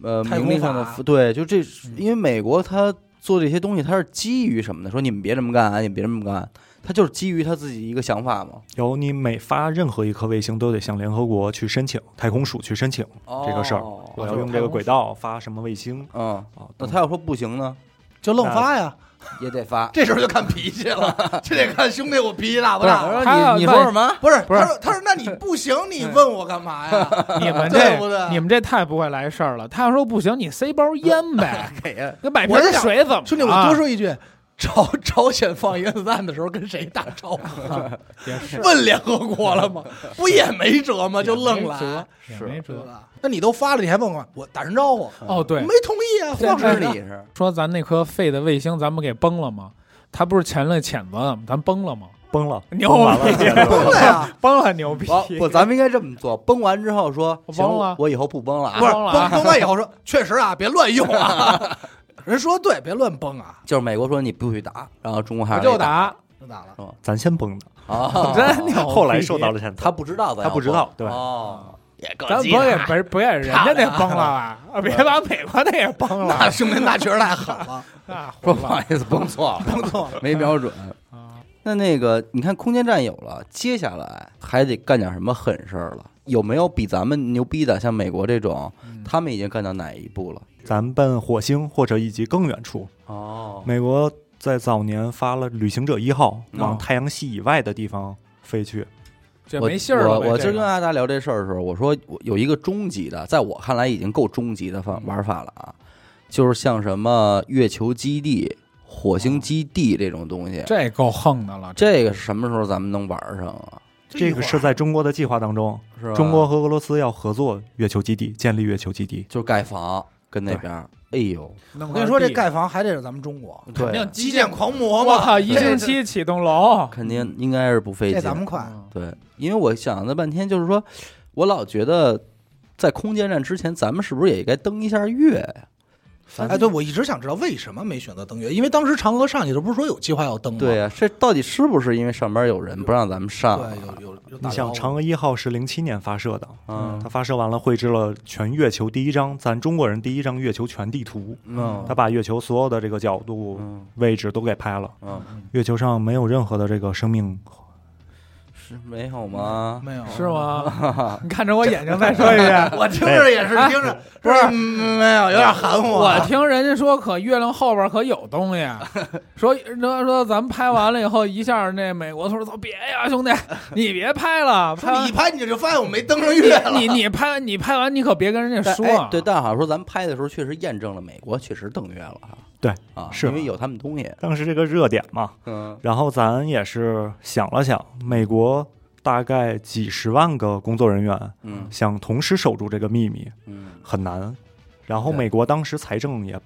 呃，太空名义上法的对，就这嗯，因为美国它做这些东西，它是基于什么呢？说你们别这么干啊，你们别这么干，它就是基于他自己一个想法嘛。有你每发任何一颗卫星都得向联合国去申请，太空署去申请这个事儿。哦我要用这个轨道发什么卫星嗯，啊？那他要说不行呢，就愣发呀，也得 发。啊这时候就看脾气 了，就得看兄弟我脾气大不我大。说他要你你说万一什么？不是，不是他说他说那你不行，你问我干嘛呀？你们对不对这你们这太不会来事儿了。他要说不行，你塞包烟 呗，给 呀，给买瓶我在想水怎么啊了？ 兄弟，我多说一句。 朝朝鲜放原子弹的时候跟谁打招呼 啊？也是问联合国了 吗？不也没辙吗？就愣了，啊也没对辙。吧？那你都发了，你还问我？我打声招呼，哦，对没，同意啊，对放这这你里。是说咱那颗废的卫星，咱们给崩了吗？他不是前了谴责咱们，咱崩了吗？崩了，牛崩完了逼谴责崩 了呀，崩了牛逼！哦不，咱们应该这么做。崩完之后说，我行崩了，我以后不崩了啊。不是崩了啊崩崩完以后说，确实啊，别乱用 啊。人说对，别乱崩啊，就是美国说你不许打，然后中国还我是就得打打，就咋了？咱先崩的， 啊真牛逼！后来受到了谴责。他不知道咱要崩，他不知道对哦，也够啊咱不也不是不也人家那崩了吧？啊别把美国那也崩那了，啊兄弟，那确实太狠了，那火不好了意思，崩错了，崩错了。没瞄准。啊！那那个，你看空间站有了，接下来还得干点什么狠事儿了。有没有比咱们牛逼的？像美国这种，嗯他们已经干到哪一步了？咱奔火星或者以及更远处。哦，美国在早年发了旅行者一号，嗯往太阳系以外的地方飞去。这我没信儿了呗。我我今这儿个跟阿达聊这事儿的时候，我说我有一个终极的，在我看来已经够终极的方玩法了啊，就是像什么月球基地、火星基地这种东西，这够横的了，这个什么时候咱们能玩上啊？这个是在中国的计划当中，是吧？中国和俄罗斯要合作月球基地，建立月球基地。就是盖房跟那边儿，哎呦，弄我块跟你说，这地盖房还得是咱们中国肯定对，嗯基建狂魔我嘛，靠，一星期启动楼，肯定应该是不费劲。这咱们快。嗯对，因为我想了半天，就是说，我老觉得在空间站之前，咱们是不是也该登一下月呀？咱哎，对，我一直想知道为什么没选择登月，因为当时嫦娥上去的时候不是说有计划要登吗？对呀、这到底是不是因为上边有人不让咱们上啊？对，有有有打你想，招嫦呼娥一号是零七年发射的，嗯它发射完了绘制了全月球第一张，咱中国人第一张月球全地图。嗯它把月球所有的这个角度、嗯位置都给拍了，嗯，月球上没有任何的这个生命。是没有吗？没有啊是？吗？你看着我眼睛再说一遍。 我听着也是听着，不是嗯没有，有点含糊 啊。我听人家说，可月亮后边可有东西，啊说说说咱们拍完了以后，一下那美国说操别呀，兄弟，你别拍了，拍说完你一拍你就发现我没登 上月了，你你拍你拍完你可别跟人家但说哎啊，对，但好像说咱们拍的时候确实验证了美国确实登月了哈对，啊，是因为有他们东西。当时这个热点嘛，嗯然后咱也是想了想，美国大概几十万个工作人员嗯想同时守住这个秘密嗯很难。然后对美国当时财政也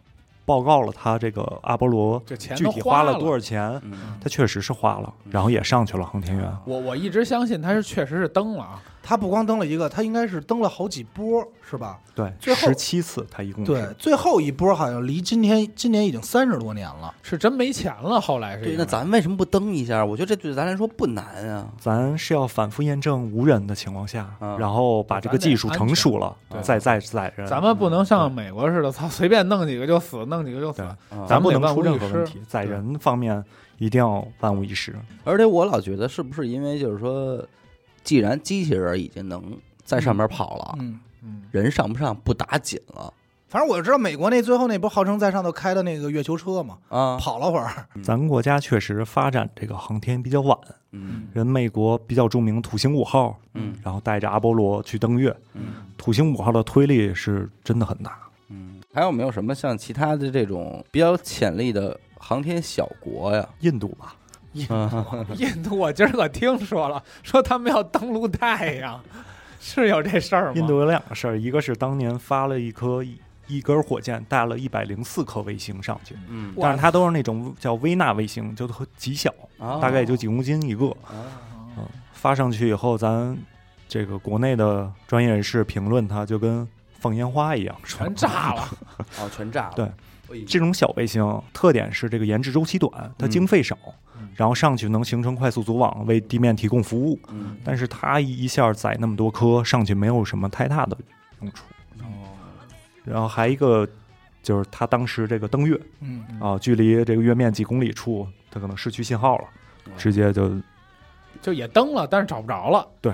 报告了他这个阿波罗这钱具都体花了多少钱，嗯，他确实是花了，然后也上去了航天员。我我一直相信他是确实是登了啊，他不光登了一个，他应该是登了好几波，是吧？对，最后十七次，他一共嗯是对，最后一波好像离今天今年已经三十多年了。是真没钱了。后来是对，因那为咱为什么不登一下？我觉得这对咱来说不难啊。咱是要反复验证无人的情况下，嗯然后把这个技术成熟了咱得安，再再载人。咱们不能像美国似的，操，随便弄几个就死，弄几个就死对。嗯咱不们得能万出无任一何问失题，。载人方面一定要万无一失。而且我老觉得是不是因为就是说，既然机器人已经能在上面跑了，嗯，嗯，人上不上不打紧了反正我知道美国那最后那不号称在上头开的那个月球车嘛，啊？跑了会儿。嗯咱国家确实发展这个航天比较晚，嗯人美国比较著名土星五号，嗯然后带着阿波罗去登月。嗯土星五号的推力是真的很大，嗯，还有没有什么像其他的这种比较有潜力的航天小国呀？印度吧，嗯印度我今儿可听说了，说他们要登陆太阳，是有这事儿吗？印度有两个事儿，一个是当年发了一颗一一根火箭，带了一百零四颗卫星上去，嗯哇但是它都是那种叫微纳卫星，就特极小，哦啊大概也就几公斤一个。啊嗯，发上去以后，咱这个国内的专业人士评论它就跟放烟花一样，说全炸了，哦，全炸了。对哎呦，这种小卫星特点是这个研制周期短，它嗯经费少，嗯然后上去能形成快速组网，为地面提供服务。嗯但是它一下载那么多颗上去，没有什么太大的用处。然后还一个就是它当时这个登月嗯，啊，距离这个月面几公里处，它可能失去信号了，直接就就也登了，但是找不着了，对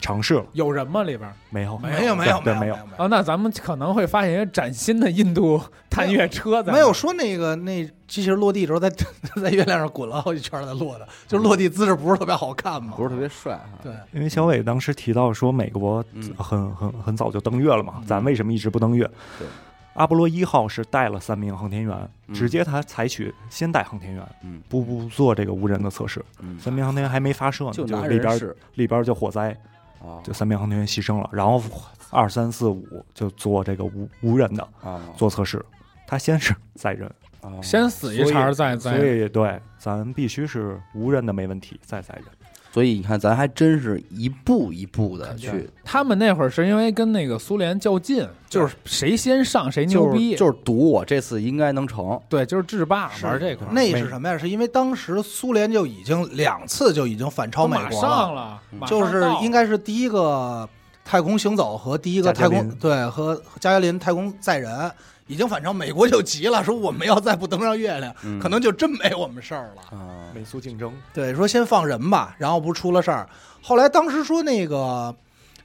尝试了，有人吗里边？没有。没有没有对没没有有没啊，那咱们可能会发现一个崭新的印度探月车在有没有说那个那机器人落地的时候在 在月亮上滚了好几圈儿才落的，就是落地姿势不是特别好看嘛。不是特别帅啊哈。对，因为小伟当时提到说，美国嗯很很很早就登月了嘛，咱为什么一直不登月对？阿波罗一号是带了三名航天员，嗯直接他采取先带航天员，嗯不不做这个无人的测试。嗯，三名航天员还没发射呢，就拿里人边是里边就火灾，啊就三名航天员牺牲了。然后二三四五就做这个无无人的啊做测试，他先是 载人，啊先死一茬儿再所再以对，咱必须是无人的没问题，再载人。所以你看，咱还真是一步一步的去，他们那会儿是因为跟那个苏联较劲，就是谁先上谁牛就是逼，就是赌我这次应该能成。对，就是制霸玩这块儿，那美是什么呀？是因为当时苏联就已经两次就已经反超都美马国上了，马上就是到应该是第一个太空行走和第一个加太加空林对和加加林太空载人，已经反正美国就急了，说我们要再不登上月亮，嗯可能就真没我们事儿嗯了。啊，美苏竞争，对，说先放人吧，然后不是出了事儿，后来当时说那个。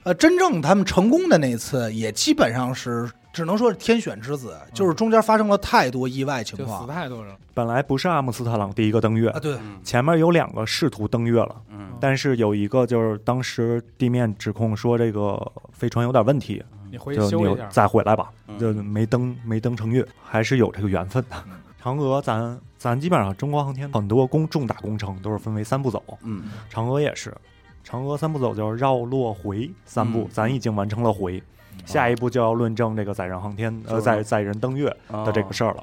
呃，真正他们成功的那一次，也基本上是只能说是天选之子，嗯就是中间发生了太多意外情就死况太多人了。本来不是阿姆斯特朗第一个登月，啊。对，。嗯前面有两个试图登月了，嗯但是有一个就是当时地面指控说这个飞船有点问题，你回去就修你一下，再回来吧，嗯就没登没登成月，还是有这个缘分的。嫦娥咱咱基本上中国航天很多工重大工程都是分为三步走，嗯嫦娥也是，嫦娥三步走就是绕落回三步，嗯咱已经完成了回，下一步就要论证这个载人航天是吗呃载载人登月的的这个事儿了。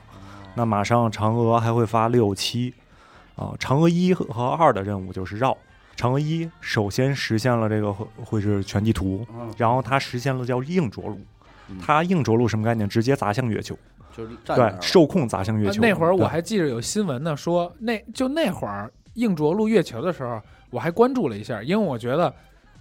那马上嫦娥还会发六七，啊，嫦娥一和和二的任务就是绕。嫦娥一首先实现了这个会会是全地图，嗯然后它实现了叫硬着陆嗯。它硬着陆什么概念？直接砸向月球，就是站那对儿，了受控砸向月呃球。那会儿我对还记着有新闻呢，说那就那会儿硬着陆月球的时候，我还关注了一下，因为我觉得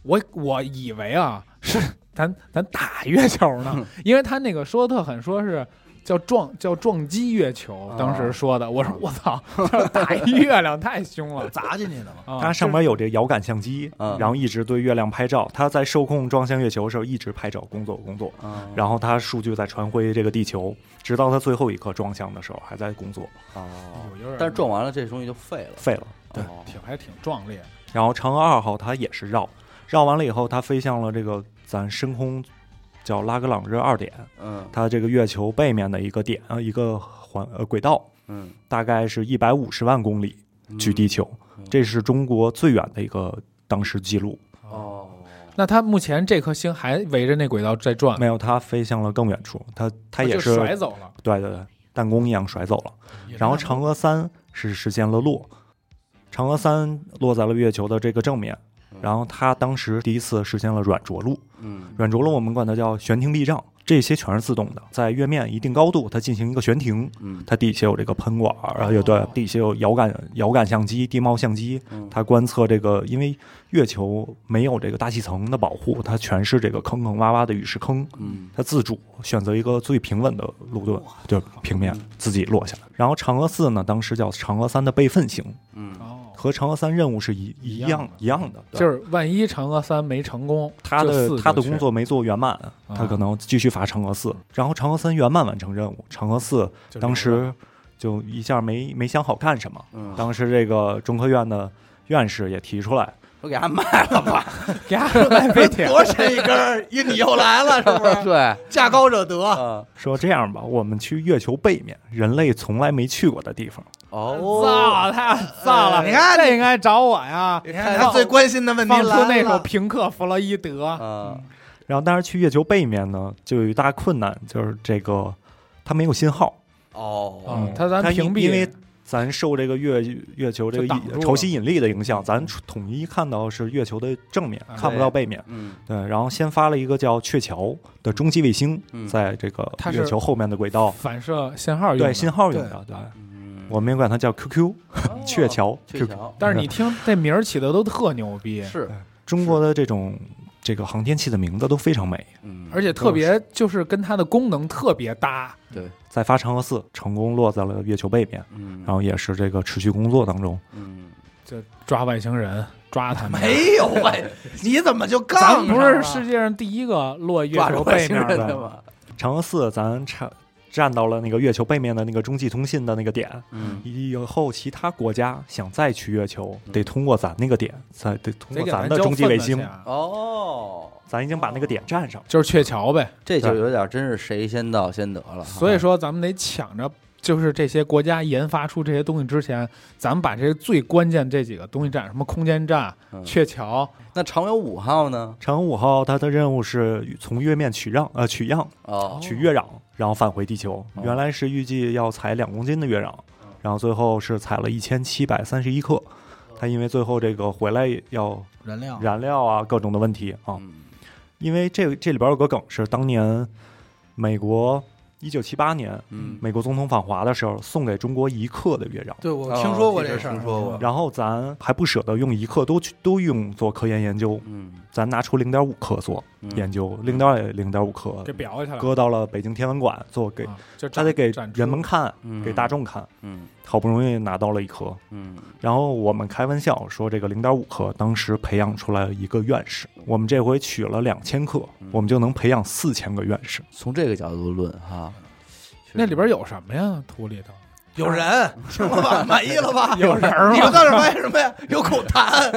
我我以为啊是咱咱打月球呢， 因为他那个说的特狠，说是。叫撞叫撞击月球啊，当时说的，我说我操， 这打一月亮太凶了 砸进去的 嘛。啊，它上面有这个遥感相机，嗯然后一直对月亮拍照。它在受控撞向月球的时候，一直拍照工作工作，嗯然后它数据再传回这个地球，直到它最后一刻撞向的时候还在工作，哦，有有点，但是撞完了这东西就废了，哦废了。对，挺还挺壮烈。然后嫦娥二号它也是绕，绕完了以后，它飞向了这个咱深空叫拉格朗日二点，嗯它这个月球背面的一个点呃一个环呃轨道，嗯，大概是一百五十万公里距地球嗯，这是中国最远的一个当时记录。哦，那它目前这颗星还围着那轨道在转，没有，它飞向了更远处，它它嗯也就是甩走了。对对对，弹弓一样甩走了。然后嫦娥三是实现了落，嫦娥三落在了月球的这个正面嗯。然后它当时第一次实现了软着陆，嗯软着陆我们管它叫悬停避障，这些全是自动的，在月面一定高度它进行一个悬停，嗯，它底下有这个喷管儿，呃有对哦，底下有遥感遥感相机、地貌相机，嗯它观测这个，因为月球没有这个大气层的保护，它全是这个坑坑洼洼的陨石坑，嗯它自主选择一个最平稳的路段，就是平面自己落下来。然后嫦娥四呢，当时叫嫦娥三的备份型，嗯哦，和嫦娥三任务是一一样一样的，对就是万一嫦娥三没成功，他就四的个啊他的去工作没做圆满，他可能继续发嫦娥四，然后嫦娥三圆满完成任务，嫦娥四就 留当了时就一下没没想好干什么，嗯，当时这个中科院的院士也提出来，我给他卖了吧，呀，来飞铁，多伸一根儿，一你又来了，是不 是？对，价高者得，嗯，说这样吧，我们去月球背面，人类从来没去过的地方。 哦，造啊太造了！你看这应该找我呀！你看他最关心的问题放出来那首了。平克·弗洛伊德，嗯然后，但是去月球背面呢，就有一大困难，就是这个它没有信号，哦，嗯，他咱它因屏蔽，因为咱受这个月月球这就个挡住了潮汐引力的影响，咱统一看到是月球的正面啊，看不到背面。嗯对，然后先发了一个叫鹊桥的中继卫星嗯，在这个它是月球后面的轨道，反射信号用的对信号用的，对，嗯，哦我们也管它叫 QQ 鹊桥。鹊 QQ 桥，但是你听这名儿起的都特牛逼，是，中国的这种这个航天器的名字都非常美。嗯，而且特别就是跟它的功能特别搭。对，在发嫦娥四成功落在了月球背面，嗯，然后也是这个持续工作当中。嗯，就抓外星人，抓 他们。没有喂，你怎么就咱杠不上了是世界上第一个落月抓球住背外面星人的，的嘛，嫦娥四咱站站到了那个月球背面的那个中继通信的那个点，嗯以后其他国家想再去月球，得通过咱那个点，再得通得过给咱咱的交中继份卫子去星，啊哦。咱已经把那个点占上。就是鹊桥呗。啊这就有点真是谁先到先得了，所以说，咱们得抢着，就是这些国家研发出这些东西之前，咱们把这些最关键这几个东西站，什么空间站嗯、鹊桥，那嫦娥五号呢？嫦娥五号它的任务是从月面取样，呃，取样哦，取月壤，然后返回地球。哦嗯原来是预计要采两公斤的月壤，然后最后是采了一千七百三十一克。嗯它因为最后这个回来要燃料？燃料啊各种的问题啊，嗯因为这这里边有个梗是当年美国一九七八年嗯美国总统访华的时候送给中国一克的月壤，对，我哦听说过这这个事儿，听说过然后咱还不舍得用一克都去都用做科研研究，嗯，咱拿出零点五克做嗯研究，零点零点五克给裱起来了，搁到了北京天文馆做给嗯啊就他展得给展出人们看嗯，给大众看。嗯好不容易拿到了一颗，嗯然后我们开玩笑说，这个零点五克当时培养出来一个院士，我们这回取了两千克，嗯我们就能培养四千个院士。从这个角度论哈，确实那里边有什么呀？土 里头有人，行了吧？满意了吧？有人吗你们在这儿发现什么呀？有口 痰，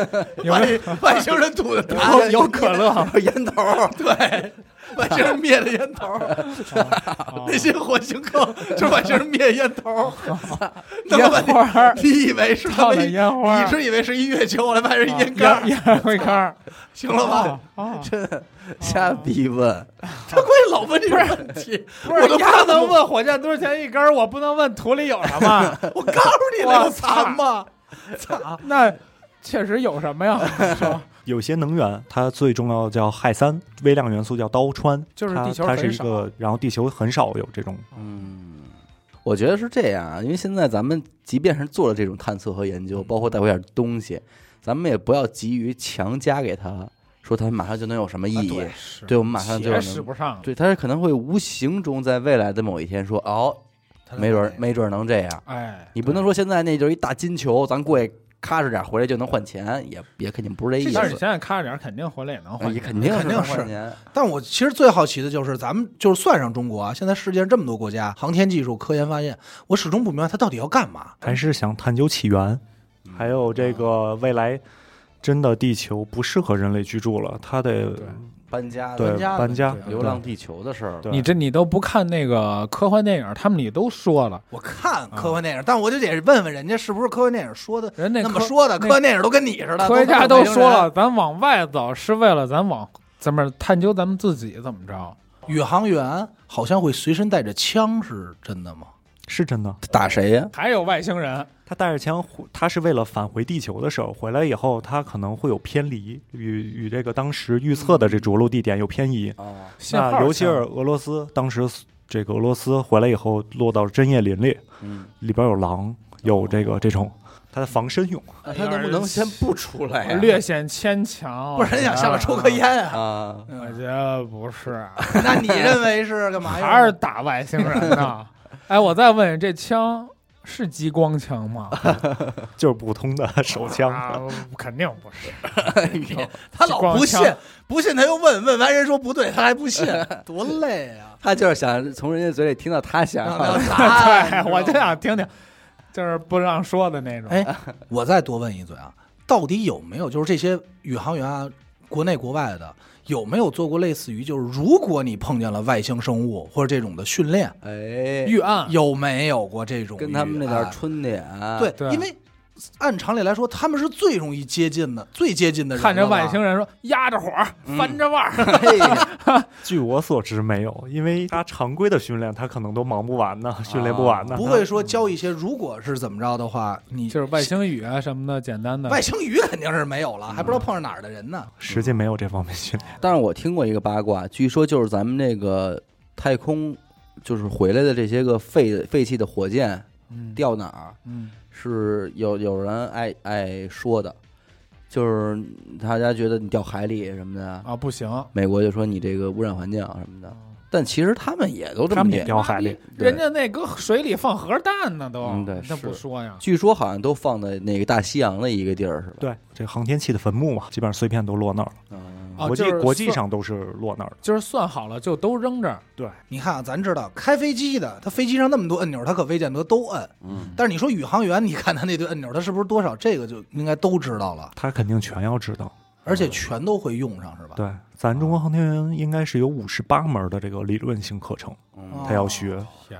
外外星人吐的痰，有可 乐，烟头 儿，对，外星人灭的烟头，哦 那些火星客就是外星人灭烟头， 弄了半天哦烟花儿你以为是他放们的一？烟花儿，你啊是以为是一月球，我来发现是烟烟杆儿，烟灰缸 儿行了吧？啊！ 瞎逼问，他关键老问这种问题，不是，我都你怕还他能问火箭多少钱一根儿？我不能问土里有什么？ 我告诉你我那个惨吗？操，那确实有什么呀？是吧有些能源它最重要的叫氦三，微量元素叫氘川，就是它地球它很是一少个，然后地球很少有这种嗯，我觉得是这样啊，因为现在咱们即便是做了这种探测和研究，包括带回点东西，咱们也不要急于强加给他，说他马上就能有什么意义，对啊是对我们马上就还能，使不上。对，他是可能会无形中在未来的某一天说，哦，没准儿没准儿能这样，哎，你不能说现在那就是一大金球，咱过去咔哧点儿回来就能换钱，也也肯定不是这意但是你思，想想，看着点儿肯定回来也能啊换也钱。肯定肯定能是换钱，但我其实最好奇的就是，咱们就是算上中国啊，现在世界上这么多国家，航天技术、科研发现，我始终不明白它到底要干嘛。还是想探究起源，嗯还有这啊个未来真的地球不适合人类居住了，它得对搬家对搬家搬家对流浪地球的事儿，对你这你都不看那个科幻电影，他们里都说了，我看科幻电影，但我就得问问人家是不是科幻电影说的人那那么科说的，那科幻电影都跟你似的，科学家都都是说外星了，人。咱往外走是为了咱往咱们探究咱们自己怎么着。宇航员好像会随身带着枪，是真的吗？是真的。打谁呀？还有外星人，他带着枪回，他是为了返回地球的时候，回来以后他可能会有偏离，与与这个当时预测的这着陆地点有偏移。哦，信号那枪尤其是俄罗斯，当时这个俄罗斯回来以后落到针叶林里，嗯，里边有狼，有这个这种，它的防身用。那他哎能不能先不出来呀？略显牵强，不是人想下来抽颗烟啊？啊，我觉得不是，那你认为是干嘛呀？还是打外星人 呢？哎，我再问你，这枪是激光枪吗？就是普通的 手啊枪，肯定不是。他老不信光枪，不信他又问，问完人说不对，他还不 信，多累啊！他就是想从人家嘴里听到他想让 法他答案对，哎我就想听听，就是不让说的那种。哎，我再多问一嘴啊，到底有没有就是这些宇航员啊，国内国外的有没有做过类似于就是如果你碰见了外星生物或者这种的训练，哎，预案有没有过这种跟他们那预点案春啊点，啊对，啊对因为按常理来说他们是最容易接近的，最接近的人看着了吧嗯外星人说压着火，翻着腕儿， 对， 据我所知没有，因为他常规的训练他可能都忙不完呢，训练不完呢。哦不会说教一些如果是怎么着的话，你就是外星语啊什么的，简单的。外星语肯定是没有了，还不知道碰上哪儿的人呢。实际没有这方面训练。但是我听过一个八卦，据说就是咱们那个太空，就是回来的这些个废废弃的火箭嗯掉哪儿，嗯，是有有人爱爱说的，就是大家觉得你掉海里什么的，啊，不行，美国就说你这个污染环境啊什么的，但其实他们也都这他么们也念。掉海里，对人家那搁水里放核弹呢都，嗯对那不是说呀，据说好像都放在那个大西洋的一个地儿，是吧？对，这航天器的坟墓嘛，基本上碎片都落那儿了。嗯啊国际就是国际算上都是落那儿的。就是算好了就都扔这儿，对，你看啊，咱知道开飞机的，他飞机上那么多按钮，他可未见得都摁。嗯，但是你说宇航员，你看他那堆按钮，他是不是多少？这个就应该都知道了，他肯定全要知道。而且全都会用上，是吧？对，咱中国航天员应该是有五十八门的这个理论性课程，哦哦嗯他要学。天哪，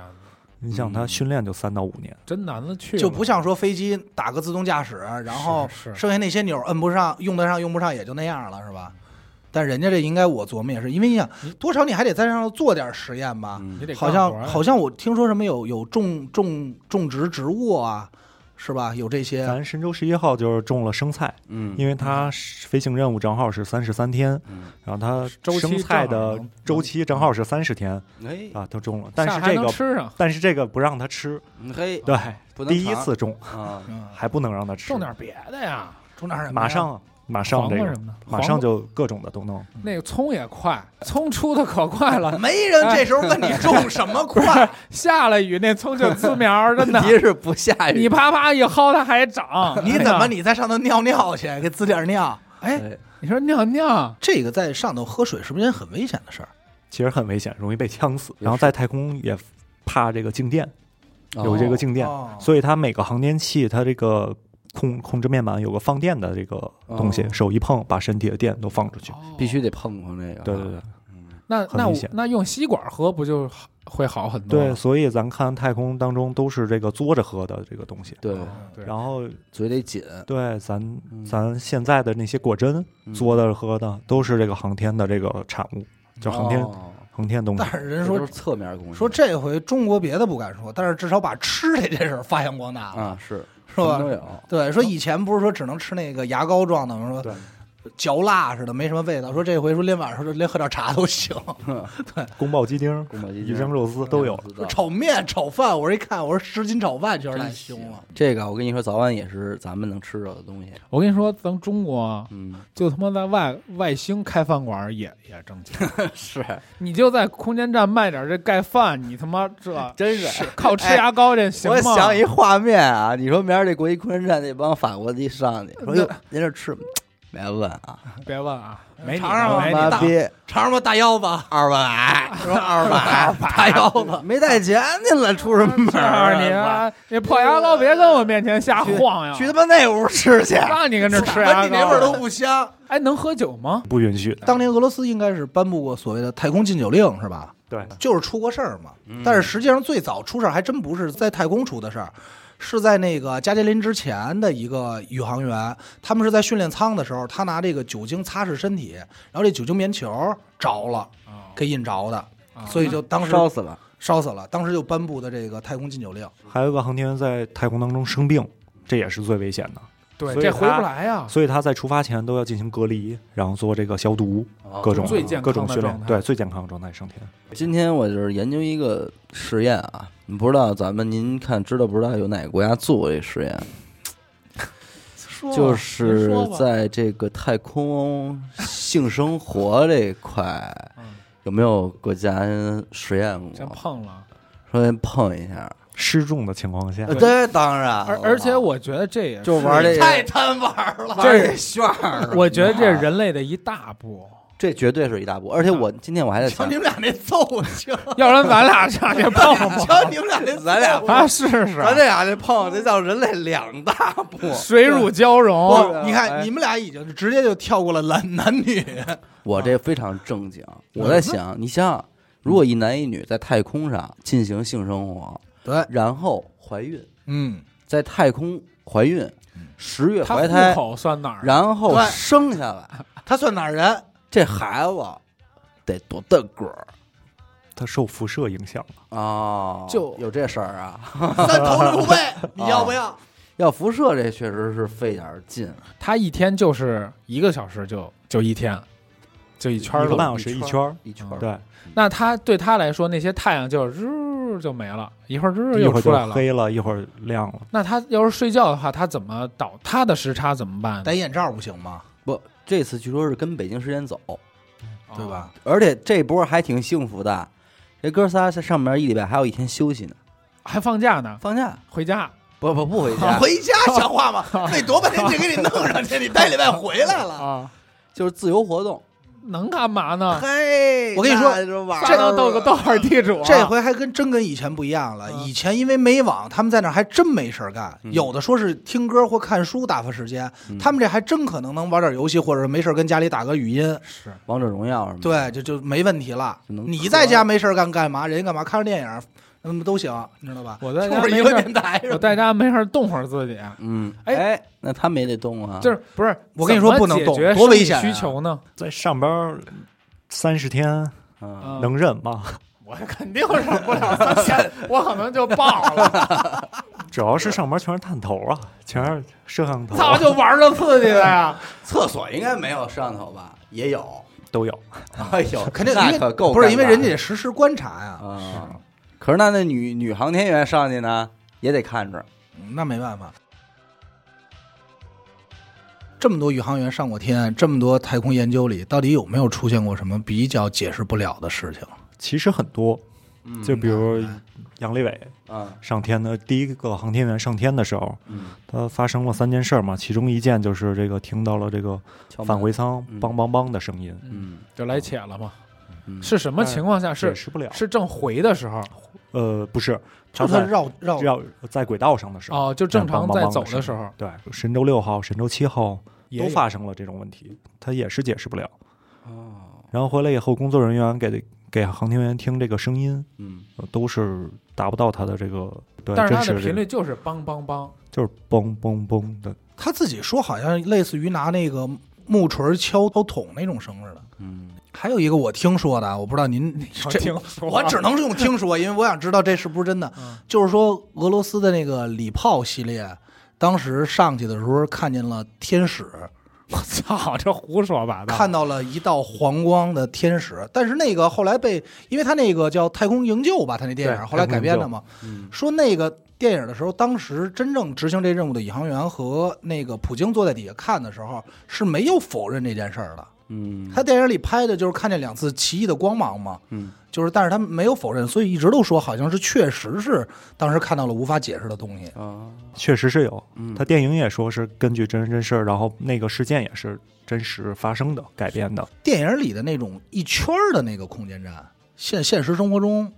你想，他训练就三到五年，真难得去了，就不像说飞机打个自动驾驶，然后是是剩下那些钮摁不上、用得上、用不上也就那样了，是吧？但人家这应该我琢磨也是，因为你想你多少你还得在上头做点实验吧？你嗯得干活好啊像呀好像我听说什么有有种种种植植物啊，是吧？有这啊些咱神舟十一号就是种了生菜，嗯，因为它是飞行任务正好是三十三天，嗯然后它周期生菜正好的能嗯周期正好是三十天哎啊，都种了。但下是还这能个，吃哦上，但是这个不让它吃，嗯嘿，对，不能第一尝次种啊，嗯，还不能让它吃，种点别的呀，种点什么呀马上马上黄这瓜个什么的，马黄上瓜就各种的都弄。那个葱也快，葱出的可快 了， 没人这时候问你种什么快，下了雨那葱就滋苗儿，真 的 问。题是不下雨，你啪啪一薅，它还长哎 。你怎么你你在上头尿尿去，给滋点尿？哎？哎 你说尿尿，这个在上头喝水是不是件很危险的事儿？其实很危险，容易被呛死。是然后在太空也怕这个静电，有这个静电，哦所以它每个航天器它这个控控制面板有个放电的这个东西，哦手一碰把身体的电都放出去。必须得碰碰这个。啊对对对哦那很那危我险那用吸管喝不就好会好很多？对，所以咱看太空当中都是这个嘬着喝的这个东西。嗯对哦对然后嘴得紧，对咱嗯咱现在的那些果真嗯嘬着喝的都是这个航天的这个产物，就航天哦航天东西但。是这人都说是侧面攻击，说这回中国别的不敢说，但是至少把吃的这事儿发扬光大了，啊是是什么都吧？有，对，说以前不是说只能吃那个牙膏状的吗，说对，嚼蜡似的，没什么味道。说这回说连晚上说连喝点茶 都行，宫保鸡丁、宫保鸡鱼丁香肉丝都有。知道说炒面、炒饭，我这一看，我说十斤炒饭全是太凶了。这个我跟你说，早晚也是咱们能吃着的东 西。我跟你说，咱中国啊嗯，就他妈在外外星开饭馆儿也也挣 钱，是，你就在空间站卖点这盖饭，你他妈这真是靠吃牙膏 这行吗？我想一画面啊，你说明儿这国际空间站那帮法国的上去，哎说哟，您这吃吗？别问啊，别问啊，没你尝尝的吧没你妈的哎大逼，尝尝吧，大 腰子，二百，说二百，大腰子，哎没带钱去了，出什么门告儿诉你啊，你破牙膏别跟我面前瞎晃呀！去他妈那屋吃啊去。让你跟这吃闻牙你那味儿都膏，不香。哎，能喝酒吗？不允许的，当年俄罗斯应该是颁布过所谓的太空禁酒令，是吧？对，就是出过事儿嘛。嗯但是实际上最早出事儿还真不是在太空出的事儿，是在那个加杰林之前的一个宇航员，他们是在训练舱的时候，他拿这个酒精擦拭身体，然后这酒精棉球着了，哦给引着的，啊所以就当时啊烧死了，烧死了。当时就颁布的这个太空禁酒令。还有一个航天员在太空当中生病，这也是最危险的，对，所以这回他不来呀。所以他在出发前都要进行隔离，然后做这个消毒，各种哦就最健康的各种训状练，态对最健康的状态上天。今天我就是研究一个实验啊，你不知道咱们您看知道不知道有哪个国家做过这实验？就您是说吧在这个太空性生活这一块，嗯有没有国家实验真过？碰了，说先碰一下，失重的情况下，对这当然而而且我觉得这也就是玩这个太贪玩了，玩这旋儿，我觉得这是人类的一大步，这绝对是一大步。而且我今天我还在瞧想你，们俩那揍性，要不然咱俩上去碰 碰瞧你们俩那揍咱俩性啊，试试咱这俩这碰，这叫人类两大步。水乳交哦融。不，你哎看你们俩已经直接就跳过了男 男女，我这非常正经，我在想，你想想，如果一男一女在太空上进行性生活，对，然后怀孕，嗯，在在太空怀孕，十月他怀户胎，口算哪儿？啊然后对生下来，他算哪儿 人？这孩子得多大个儿它受辐射影响了，啊？就有这事儿啊？三头六臂，你要不要？要辐射这确实是费点儿劲，啊他一天就是一个小时就就一天，就一圈儿一个半了。小时一一圈儿圈儿，一圈儿。对，那他对他来说，那些太阳就日就没了，一会儿日一又会儿出来就了。黑了，一会儿亮了。那他要是睡觉的话，他怎么倒？他的时差怎么办呢？戴眼罩不行吗？不，这次据说是跟北京时间走，哦对？吧？而且这波还挺幸福的。这哥仨在上面一礼拜还有一天休息呢，还放假呢？放假回家不不不回 家，回家像话吗？那多半天就给你弄上去，你待礼拜回来 了。啊，就是自由活动。能干嘛 呢？嘿，我跟你说说，玩这儿能斗个斗会儿地主啊、这回还跟真跟以前不一样了。嗯以前因为没网，他们在那儿还真没事儿干，嗯有的说是听歌或看书打发时间，嗯他们这还真可能能玩点游戏，或者是没事儿跟家里打个语音，是王者荣耀什么的。对，就就没问题了。就能你嗑在家没事儿干干嘛？人家干嘛？看着电影，嗯，都行，你知道吧？我在家就是没一个事儿电台是吧我在家没事儿动会儿自己，嗯，哎哎，那他们也得动啊，就是不是？我跟你说不能怎动么解决多危生理险啊需求呢？在上班三十天嗯，嗯啊能忍 吗？我肯定忍不了三 天，我可能就爆了，主要是上班全是探头啊，全是摄 像头操，啊就玩着刺激的呀！厕所应该没有摄像头吧？也有，都有。 哎呦，肯定因那为可够，不是因为人家得实时观察呀、啊。可是那那女女航天员上去呢，也得看着。嗯那没办法。这么多宇航员上过天，这么多太空研究里，到底有没有出现过什么比较解释不了的事情？其实很多，就比如哎嗯杨利伟啊，上天的第一个航天员上天的时候，嗯，他发生了三件事儿嘛，其中一件就是这个听到了这个敲门返回，舱嗯梆梆梆的声音，嗯就来且了嘛。嗯是什么情况下？哎是解释不了。是正回的时候呃，不是，就他是他在绕绕要在轨道上的时候，哦，就正常在走的时候对，神舟六号、神舟七号也都有发生了这种问题，他也是解释不了。哦，然后回来以后，工作人员给给航天员听这个声音，嗯呃都是达不到他的这个对但是真它实的的这频个率就是梆梆梆，就是嘣嘣嘣的，他自己说好像类似于拿那个木锤敲头桶那种声似的。嗯，还有一个我听说的啊，我不知道您这， 说我只能是用听说，因为我想知道这是不是真的。嗯就是说，俄罗斯的那个礼炮系列，当时上去的时候看见了天使，我 操，这胡说八道。看到了一道黄光的天使，但是那个后来被，因为他那个叫《太空营救》吧，他那电影对后来改编的嘛，嗯说那个电影的时候，当时真正执行这任务的宇航员和那个普京坐在底下看的时候是没有否认这件事儿的。嗯，他电影里拍的就是看见两次奇异的光芒嘛，嗯就是但是他没有否认，所以一直都说好像是确实是当时看到了无法解释的东西。啊，确实是有。嗯他电影也说是根据真人真事儿，然后那个事件也是真实发生的改编的。电影里的那种一圈儿的那个空间站，现现实生活中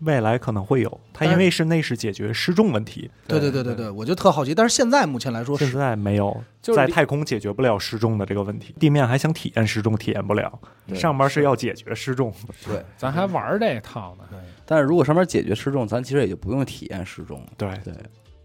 未来可能会有，他但是因为是那是解决失重问题，对对对对对对对，我就特好奇，但是现在目前来说现是在没有，就是在离太空解决不了失重的这个问题，地面还想体验失重，体验不了。对上面是要解决失重的，对，咱还玩这套呢，但是如果上面解决失重，咱其实也就不用体验失重了，对，对，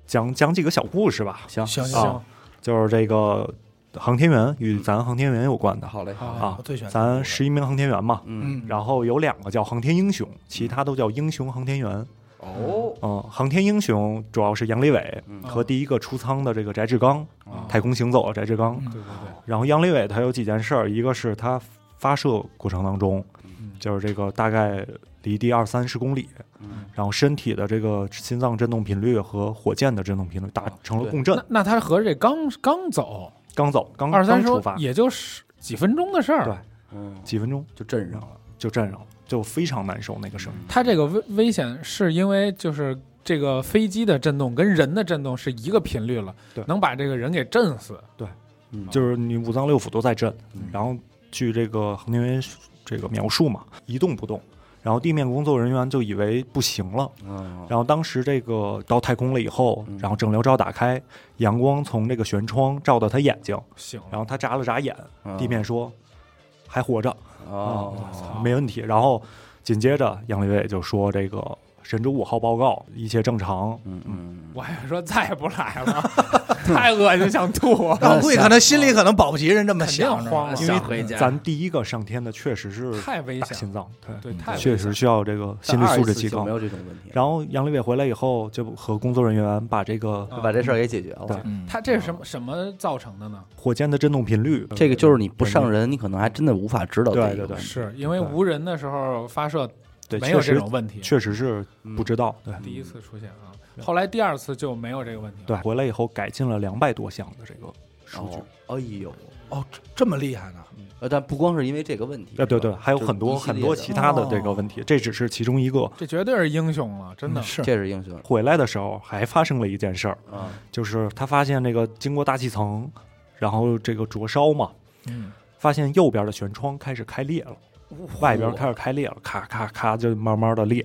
讲讲几个小故事吧，行行啊就是这个航天员与咱航天员有关的，好嘞，好好嘞，啊我最喜欢咱十一名航天员嘛，嗯，嗯，然后有两个叫航天英雄，其他都叫英雄航天员。哦，嗯，航天英雄主要是杨利伟嗯哦和第一个出舱的这个翟志刚，啊太空行走的翟志刚。对对对，然后杨利伟他有几件事儿，一个是他发射过程当中，嗯就是这个大概离地二三十公里，嗯然后身体的这个心脏振动频率和火箭的振动频率达成了共振那，那他合着这刚刚走刚走刚二三刚十出发，也就是几分钟的事对儿，嗯，几分钟就震上了，就震上了，就非常难受那个声音。他这个危危险是因为就是这个飞机的震动跟人的震动是一个频率了对，能把这个人给震死。嗯就是你五脏六腑都在震嗯，然后据这个航天员这个描述嘛，一动不动，然后地面工作人员就以为不行了，嗯，然后当时这个到太空了以后嗯，然后整流罩打开，阳光从这个舷窗照到他眼睛，醒然了，后他眨了眨眼，嗯地面说还活着嗯哦，没问题。然后紧接着杨利伟就说这个神舟五号报告一切正常，嗯嗯，我还说再也不来了， 太恶心想吐。但我估计可能心里可能保不齐人这么肯定想着慌了，因想为回家咱第一个上天的确实是太危大险心了，脏，对。对，太危确险实了需要这个心理素质提高没。有这种问题，然后杨利伟回来以后，就和工作人员把这个啊把这事儿给解决了对。嗯，他这是什么什么造成的呢？火箭的振动频嗯率，这个就是你不上人，你可能还真的无法知道这对个问题。对对是因为对无人的时候发射对，没有确这实种问题，确嗯实是不知道。对第一次出现啊，后来第二次就没有这个问题了。对，回来以后改进了两百多项的这个数据哦，，哎呦，哦，这这么厉害呢？呃，但不光是因为这个问题，对呃对是对，吧还有很多就是一很系列的多其他的哦这个问题，这只是其中一个。这绝对是英雄了，嗯真的。嗯是嗯这是英雄回来的时候还发生了一件事儿，啊，就是他发现这个经过大气层，然后这个灼烧嘛，嗯，发现右边的舷窗开始开裂了，外边开始开裂了，咔咔咔就慢慢的裂。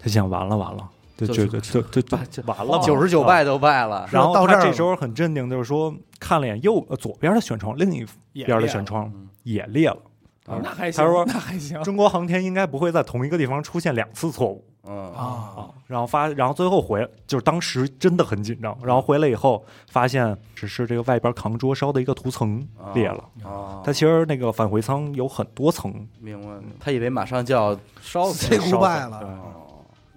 他想完了完了，就就觉是得就就就就完了吧，九十九啊败都败了，然后到他这儿这了时候很镇定，就是说看了眼右呃左边的舷窗，另一也边的裂了舷窗嗯也裂了。啊那还行，他说那还行。中国航天应该不会在同一个地方出现两次错误嗯，啊，啊。然后发，然后最后回，就是当时真的很紧张。然后回来以后，发现只是这个外边扛灼烧的一个涂层啊裂了。啊，它其实那个返回舱有很多层，明白了，他以为马上就要烧死这了 Say 烧 goodbye 死了对哦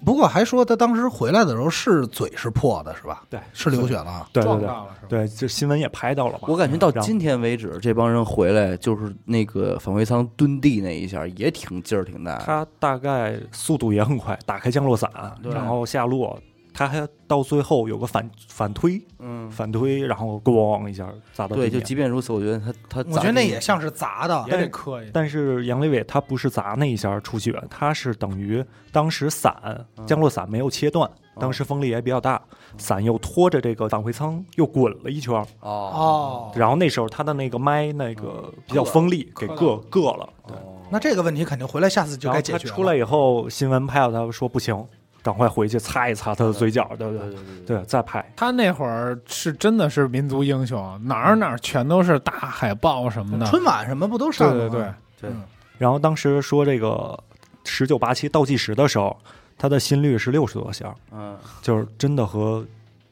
不过还说他当时回来的时候是嘴是破的，是吧？对是流血了啊。对撞对对到了是吧？对，这新闻也拍到了嘛。嗯我感觉到然后今天为止，这帮人回来就是那个返回舱蹲地那一下，也挺劲儿挺大的。它大概速度也很快，打开降落伞，对然后下落，它还到最后有个反反推，嗯，反推，然后咣一下砸到地对，面。就即便如此，我觉得他他我觉得那也像是砸的，哎也得磕一下。但是杨利伟他不是砸那一下出血，他是等于当时伞嗯降落伞没有切断，哦当时风力也比较大，伞又拖着这个返回舱又滚了一圈儿，哦哦。然后那时候他的那个麦那个比较硌锋利，给磕硌硌了。对，哦那这个问题肯定回来下次就然该后解他决了。出来以后，新闻拍到他说不行，赶快回去擦一擦他的嘴角，对不对对？对对对，再拍。他那会儿是真的是民族英雄，哪嗯儿哪儿全都是大海报什么的。春晚什么不都上对了对吗？对，对嗯然后当时说这个十九八七倒计时的时候，他的心率是六十多下，嗯就是真的和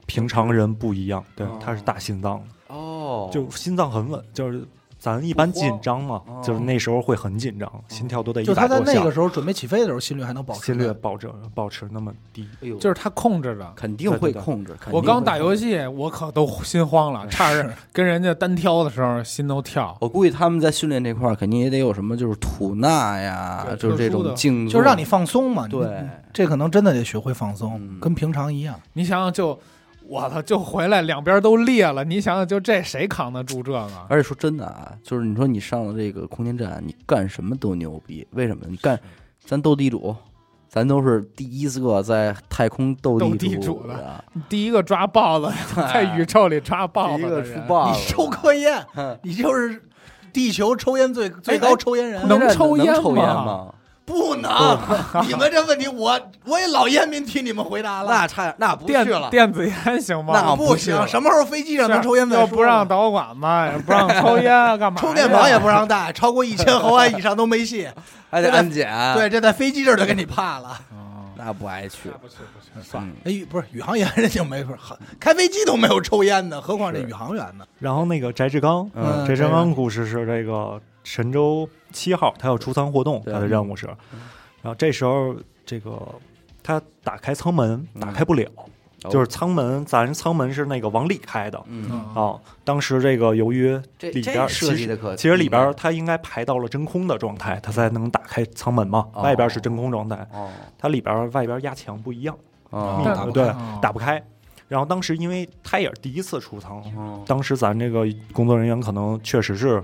平常人不一样。对哦，他是大心脏的，哦，就心脏很稳，就是。咱一般紧张嘛不慌，就是那时候会很紧张，心跳都得一就他百在多那下个，时候准备起飞的时候，心率还能保持心在率保持保持那么低。哎呦，就是他控制着。肯定会控制。肯定我会刚打游戏，我可都心慌了，差点跟人家单挑的时候心都跳。我估计他们在训练这块儿肯定也得有什么，就是吐纳呀，对就是这特殊种的静坐，就是让你放松嘛。对你，这可能真的得学会放松，嗯跟平常一样。你想想就，我操，就回来两边都裂了。你想想，就这谁扛得住这个？而且说真的啊，就是你说你上了这个空间站，你干什么都牛逼，为什么？你干，咱斗地主，咱都是第一个在太空斗斗地主啊主的，第一个抓豹子， 在宇宙里抓豹第子一的个出人，豹你子，抽根烟，你就是地球抽烟最最高抽烟 人，能能抽烟啊烟吗吗？不能？你们这问题，我我也老烟民替你们回答了。那差那不去电了，电子烟行吗？那我不不去行，了什么时候飞机上能是啊抽烟再要说不让吧导管嘛，也不让抽烟，干嘛呀？充电宝也不让带，超过一千毫安以上都没戏。还得安检。对，，这在飞机这儿就给你怕了。哦。那不爱去那。不去不去，算了。嗯哎，宇不是宇航员人家没法， 开飞机都没有抽烟的，何况这是宇航员呢？然后那个翟志刚，嗯翟志刚故事是这个神舟七号，它要出舱活动，对嗯它的任务是，然后这时候这个他打开舱门，嗯打开不了，哦就是舱门，咱舱门是那个往里开的嗯，嗯啊。当时这个由于这里边这儿设计的可其实里边儿它应该排到了真空的状态，它才能打开舱门嘛，哦外边是真空状态，哦它里边儿外边压墙不一样，嗯哦密的，但对哦，打不开。然后当时因为他也是第一次出舱，嗯哦当时咱这个工作人员可能确实是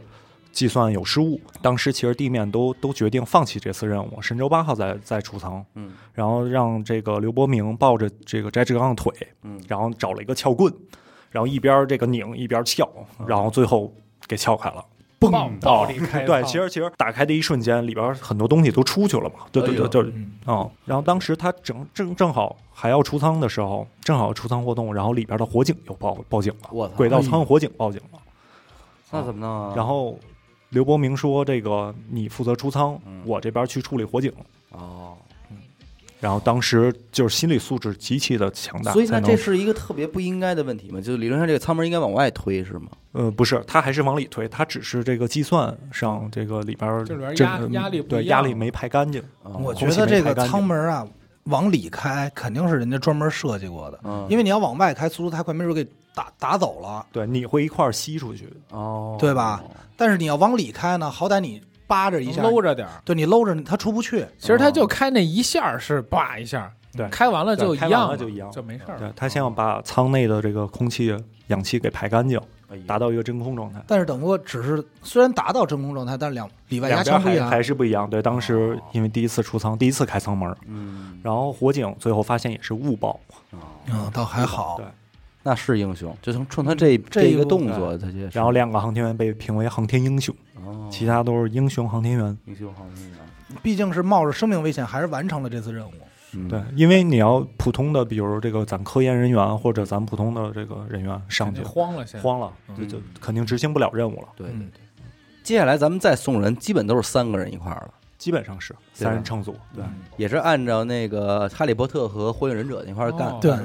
计算有失误，当时其实地面都都决定放弃这次任务，神舟八号在在出舱，嗯然后让这个刘伯明抱着这个翟志刚的腿，嗯然后找了一个撬棍，然后一边这个拧一边撬，嗯然后最后给撬开了。暴暴力开放对，其实其实打开的一瞬间，里边很多东西都出去了嘛。对对哎呦对，就是嗯哦，然后当时他正正正好还要出舱的时候，正好出舱活动，然后里边的火警又报报警了，我操，轨道舱火警报警了。那怎么弄啊？然后刘伯明说：“这个你负责出舱嗯，我这边去处理火警。哦，”然后当时就是心理素质极其的强大，所以才那能这是一个特别不应该的问题嘛？就理论上这个舱门应该往外推是吗？呃不是，他还是往里推，他只是这个计算上这个里边儿这里边真压嗯压力不对一样压力没排干净，哦我觉空气得没这排个干净舱门啊，往里开肯定是人家专门设计过的，嗯因为你要往外开，速度太快，没准给打打走了。对你会一块儿吸出去，哦，对吧？但是你要往里开呢，好歹你扒着一下，搂着点儿。对你搂着它出不去。其实他就开那一下儿是叭一下儿，对开完了就一嗯对开完样了了，就一样就没事儿了。对他先要把舱内的这个空气氧气给排干净，哎呦达到一个真空状态。但是等于我只是虽然达到真空状态，但是两里外两压边强不一还样还。是不一样，对，当时因为第一次出舱，第一次开舱门，哦嗯，哦然后火警最后发现也是误报，嗯，倒还好对。，那是英雄，就从冲他这这一一个步动作，他就然后两个航天员被评为航天英雄，哦，其他都是英雄航天员。英雄好运啊，毕竟是冒着生命危险，还是完成了这次任务。嗯对，，因为你要普通的，比如这个咱科研人员或者咱普通的这个人员上肯去定慌了，现在慌了，嗯就就肯定执行不了任务了，对对嗯对。接下来咱们再送人，基本都是三个人一块儿了，基本上是三人乘组。对，也是按照那个《哈利波特》和《火影忍者》那块儿干，哦对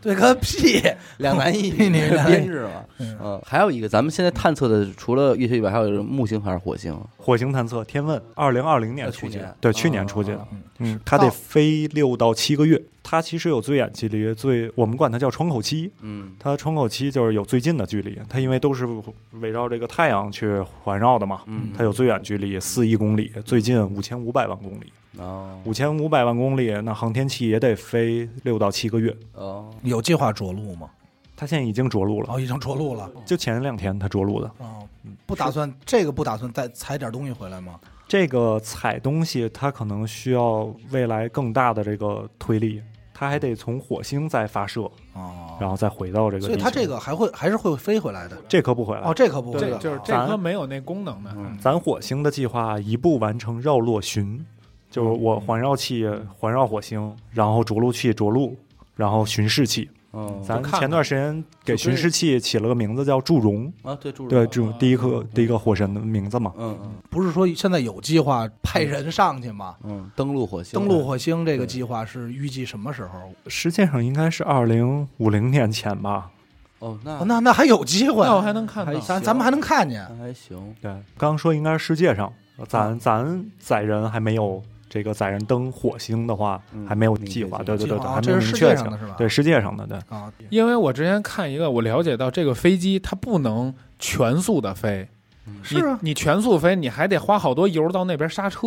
对个屁！两男一你女俩编制嘛。嗯嗯，还有一个，咱们现在探测的除了月球以外，还有木星还是火星啊？火星探测天问，二零二零呃年去出去年的，对，啊去年出去啊的啊。嗯，它得到飞六到七个月，它其实有最远距离，最我们管它叫窗口期，嗯，它窗口期就是有最近的距离，它因为都是围绕这个太阳去环绕的嘛，嗯它有最远距离四亿公里，最近五千五百万公里，哦五千五百万公里，那航天器也得飞六到七个月。哦，有计划着陆吗？它现在已经着陆了，哦，已经着陆了。就前两天它着陆的。哦，不打算这个不打算再采点东西回来吗？这个采东西，它可能需要未来更大的这个推力，它还得从火星再发射，哦，然后再回到这个地球。所以它这个还会还是会飞回来的。这颗不回来。哦，这可不会对，了，就是这咱颗没有那功能嗯的，咱火星的计划一步完成绕落巡，哦就是我环绕器环绕火星，然后着陆器着陆，然后巡视器。嗯，咱看看前段时间给巡视器起了个名字叫祝融，啊，对，住对，着，祝第一嗯颗第一个火神的名字嘛。嗯嗯不是说现在有计划派人上去吗？嗯，登陆火星，登陆火星这个计划是预计什么时候？实际上应该是二零五零年前吧。哦，那哦那那还有机会那，我还能看到还。咱咱们还能看见那还行，对，刚刚说应该是世界上，嗯咱咱载人还没有这个载人登火星的话，嗯还没有计划。明确性对对对，计划哦还没有这明是世界确上性的是吧对，世界上的对。啊。因为我之前看一个，我了解到这个飞机它不能全速的飞，嗯是啊，你你全速飞，你还得花好多油到那边刹车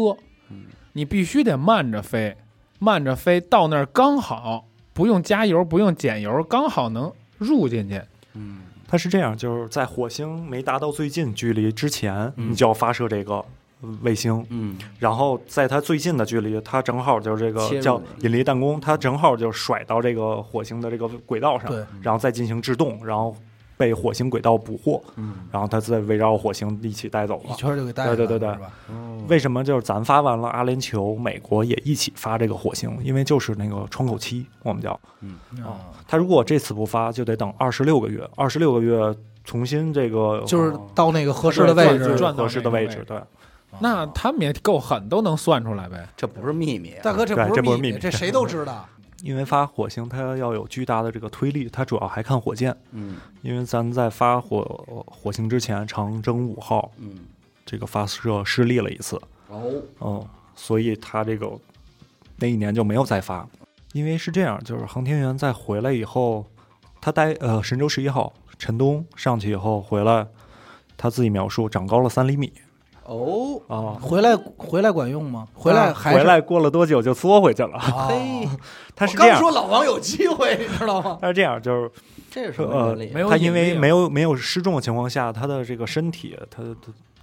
嗯，你必须得慢着飞，慢着飞到那儿刚好不用加油，不用减油，刚好能入进去。嗯它是这样，就是在火星没达到最近距离之前，嗯你就要发射这个呃卫星，嗯，然后在它最近的距离，它正好就是这切个入叫引力弹弓，它正好就甩到这个火星的这个轨道上对，然后再进行制动，然后被火星轨道捕获，嗯然后它再围绕火星一起带走一了。圈就给带回来了对对对对是吧？嗯为什么就是咱发完了阿联酋，美国也一起发这个火星？因为就是那个窗口期，我们叫啊，它如果这次不发，就得等二十六个月，二十六个月重新这个就是到那个合适的对位就是置转。合适的位置，对，那他们也够狠，都能算出来呗。这不是秘密啊，大哥，这对不是这不是秘秘密这谁都知道。因为发火星它要有巨大的这个推力，它主要还看火箭，嗯因为咱在发火火星之前，长征五号嗯，这个发射失利了一次，哦，嗯，所以它这个那一年就没有再发，因为是这样，就是航天员在回来以后，他待呃神舟十一号陈冬上去以后回来，他自己描述长高了三厘米哦，啊。回来回来管用吗？回来还是回来过了多久就缩回去了？啊嘿，他我是这刚样，说老王有机会，你知道吗？他是这样，就是 这是什么呃原理没？有他引因为力啊没有没有失重的情况下，他的这个身体，他的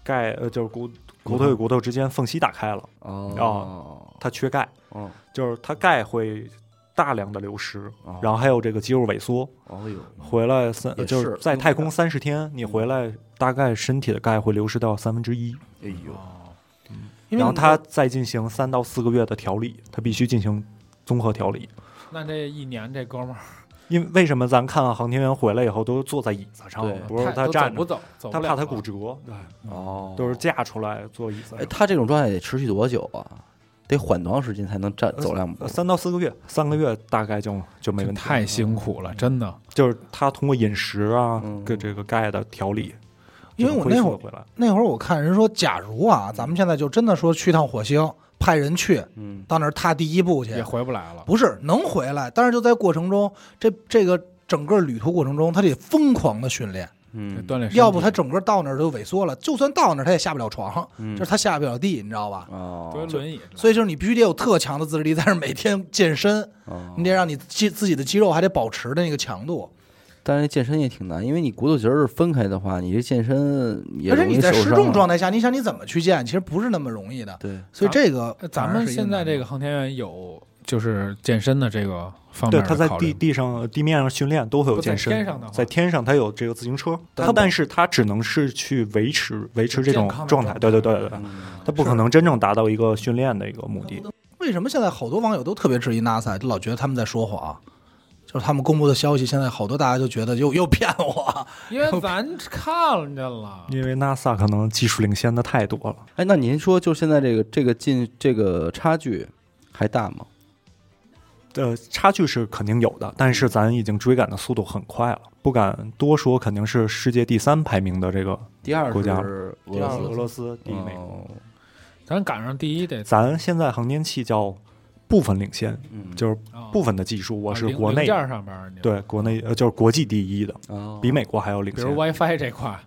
钙呃就是骨骨嗯头与骨头之间缝隙打开了，哦，他缺钙，哦，就是他钙会大量的流失，哦然后还有这个肌肉萎缩。哦呦，回来三也就是是在太空三十天，你回来嗯大概身体的钙会流失到三分之一，哎呦，因然后为他再进行三到四个月的调理，他必须进行综合调嗯理。那这一年这哥们儿因为为什么咱看航天员回来以后都坐在椅子上对，不是太他都站走不着，走，走他不怕了他了骨折，对哦，都是架出来坐椅子上哎，。他这种状态得持续多久啊？得缓多长时间才能站走两步呃？三到四个月，三个月大概就就没这问题。嗯太辛苦了，真的。就是他通过饮食啊嗯，跟这个钙的调理，因为我那会就恢儿复回来，那会儿我看人说，假如啊，咱们现在就真的说去趟火星，派人去嗯，到那儿踏第一步去也，回不来了。不是能回来，但是就在过程中，这这个整个旅途过程中，他得疯狂的训练，得嗯，锻炼身体，要不他整个到那儿就萎缩了，就算到那儿他也下不了床，嗯就是他下不了地，你知道吧？坐哦，轮椅。所以就是你必须得有特强的自制力，但是每天健身，哦你得让你肌自己的肌肉还得保持的那个强度，但是健身也挺难，因为你骨头节儿分开的话，你这健身也而且容易你在受失伤啊。重状态下，你想你怎么去健，其实不是那么容易的。对，所以这个呃咱们现在这个个航天员有就是健身的这个方对，面的他在考虑地地上地面上训练都会有不在健身，天上的话在天上他有这个自行车，但他但是他只能是去维持维持这健种康的状态，状态对对对对对，嗯他不可能真正达到一个训练的一个目的。为什么现在好多网友都特别质疑 NASA，就老觉得他们在说谎？ 就是他们公布的消息，现在好多大家就觉得又又骗我。 因为咱看见了，因为 NASA 可能技术领先的太多了，哎，那您说，就现在这个这个进这个差距还大吗？呃，差距是肯定有的，但是咱已经追赶的速度很快了，不敢多说，肯定是世界第三排名的这个第二国家是俄第罗二俄斯，哦罗斯，第一美国。哦咱赶上第一得咱现在航天器叫部分领先，嗯，就是部分的技术我是国哦啊零内件上边儿，你对国内呃就是国际第一的，哦比美国还要领比先如。WiFi 这块儿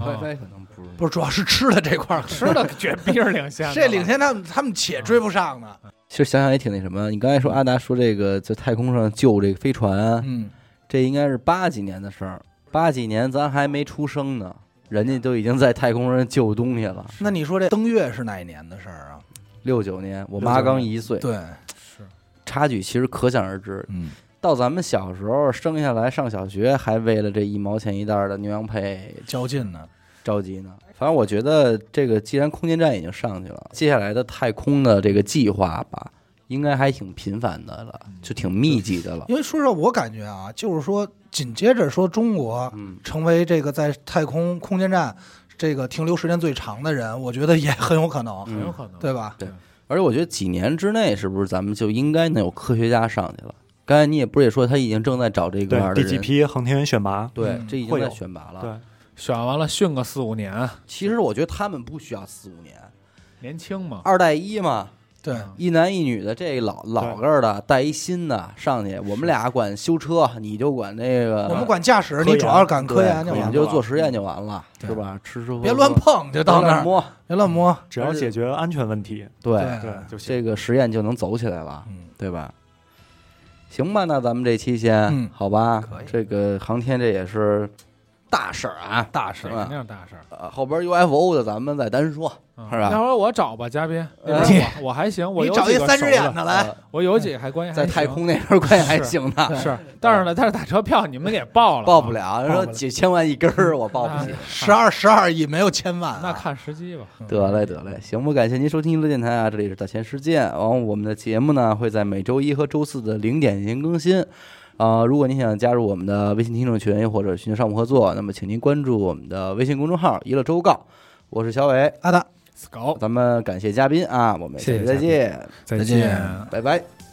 哦啊 WiFi 可能不是不是，主要是吃的这块儿，吃的绝逼是领先的了，这领先他们他们且追不上呢。其实想想也挺那什么。你刚才说阿达说这个在太空上救这个飞船啊，嗯，这应该是八几年的事儿。八几年咱还没出生呢，人家都已经在太空上救东西了。那你说这登月是哪一年的事儿啊？六九年，我妈69刚一岁，对，是差距其实可想而知。嗯，到咱们小时候生下来上小学，还为了这一毛钱一袋儿的牛羊配较劲呢。着急呢。反正我觉得这个，既然空间站已经上去了，接下来的太空的这个计划吧，应该还挺频繁的了，就挺密集 的了。因为说实话，我感觉啊，就是说紧接着说中国嗯，成为这个在太空空间站这个停留时间最长的人，我觉得也很有可能，很有可能，嗯对吧？嗯而且我觉得几年之内，是不是咱们就应该能有科学家上去了？刚才你也不是也说他已经正在找这一块对儿的第人，几批航天员选拔？对，嗯这已经会在有选拔啊了。对，选完了训个四五年，其实我觉得他们不需要四五年，年轻嘛，二带一嘛，对，嗯一男一女的，这老老个儿的带一新的上去，我们俩管修车，你就管那个，我们管驾驶，科你研主要是赶呃对科研去我们吧，嗯就做实验就完了，对是吧？吃吃喝喝，别乱碰，就到别那乱儿，摸，别乱摸。只要解决安全问题，嗯对，对对，就行。这个实验就能走起来了，嗯对吧？行吧，那咱们这期先、嗯好吧可以，这个航天这也是 大事儿啊，大事儿肯定是大事儿。嗯呃后边 UFO 的咱们再单说，嗯是吧要不然我找吧，嘉宾，呃我我还行，我你有找一几个三只熟眼的，的来，呃我有几个还关系还 在行太空那边关系还行 呢，是，但是呢，但是打车票你们给报了，啊报不，了，说报不了嗯几千万一根儿，我报不起。十二十二亿没有千万啊，那看时机吧。嗯得嘞，得嘞，行，我感谢您收听娱乐电台啊，这里是大千世界。然后我们的节目呢会在每周一和周四的零点进行更新。啊、如果您想加入我们的微信听众群，又或者寻求商务合作，那么请您关注我们的微信公众号“娱乐周告”。我是小伟，阿达， Let's go，咱们感谢嘉宾啊，我们下期谢谢再嘉宾见，再再见拜拜。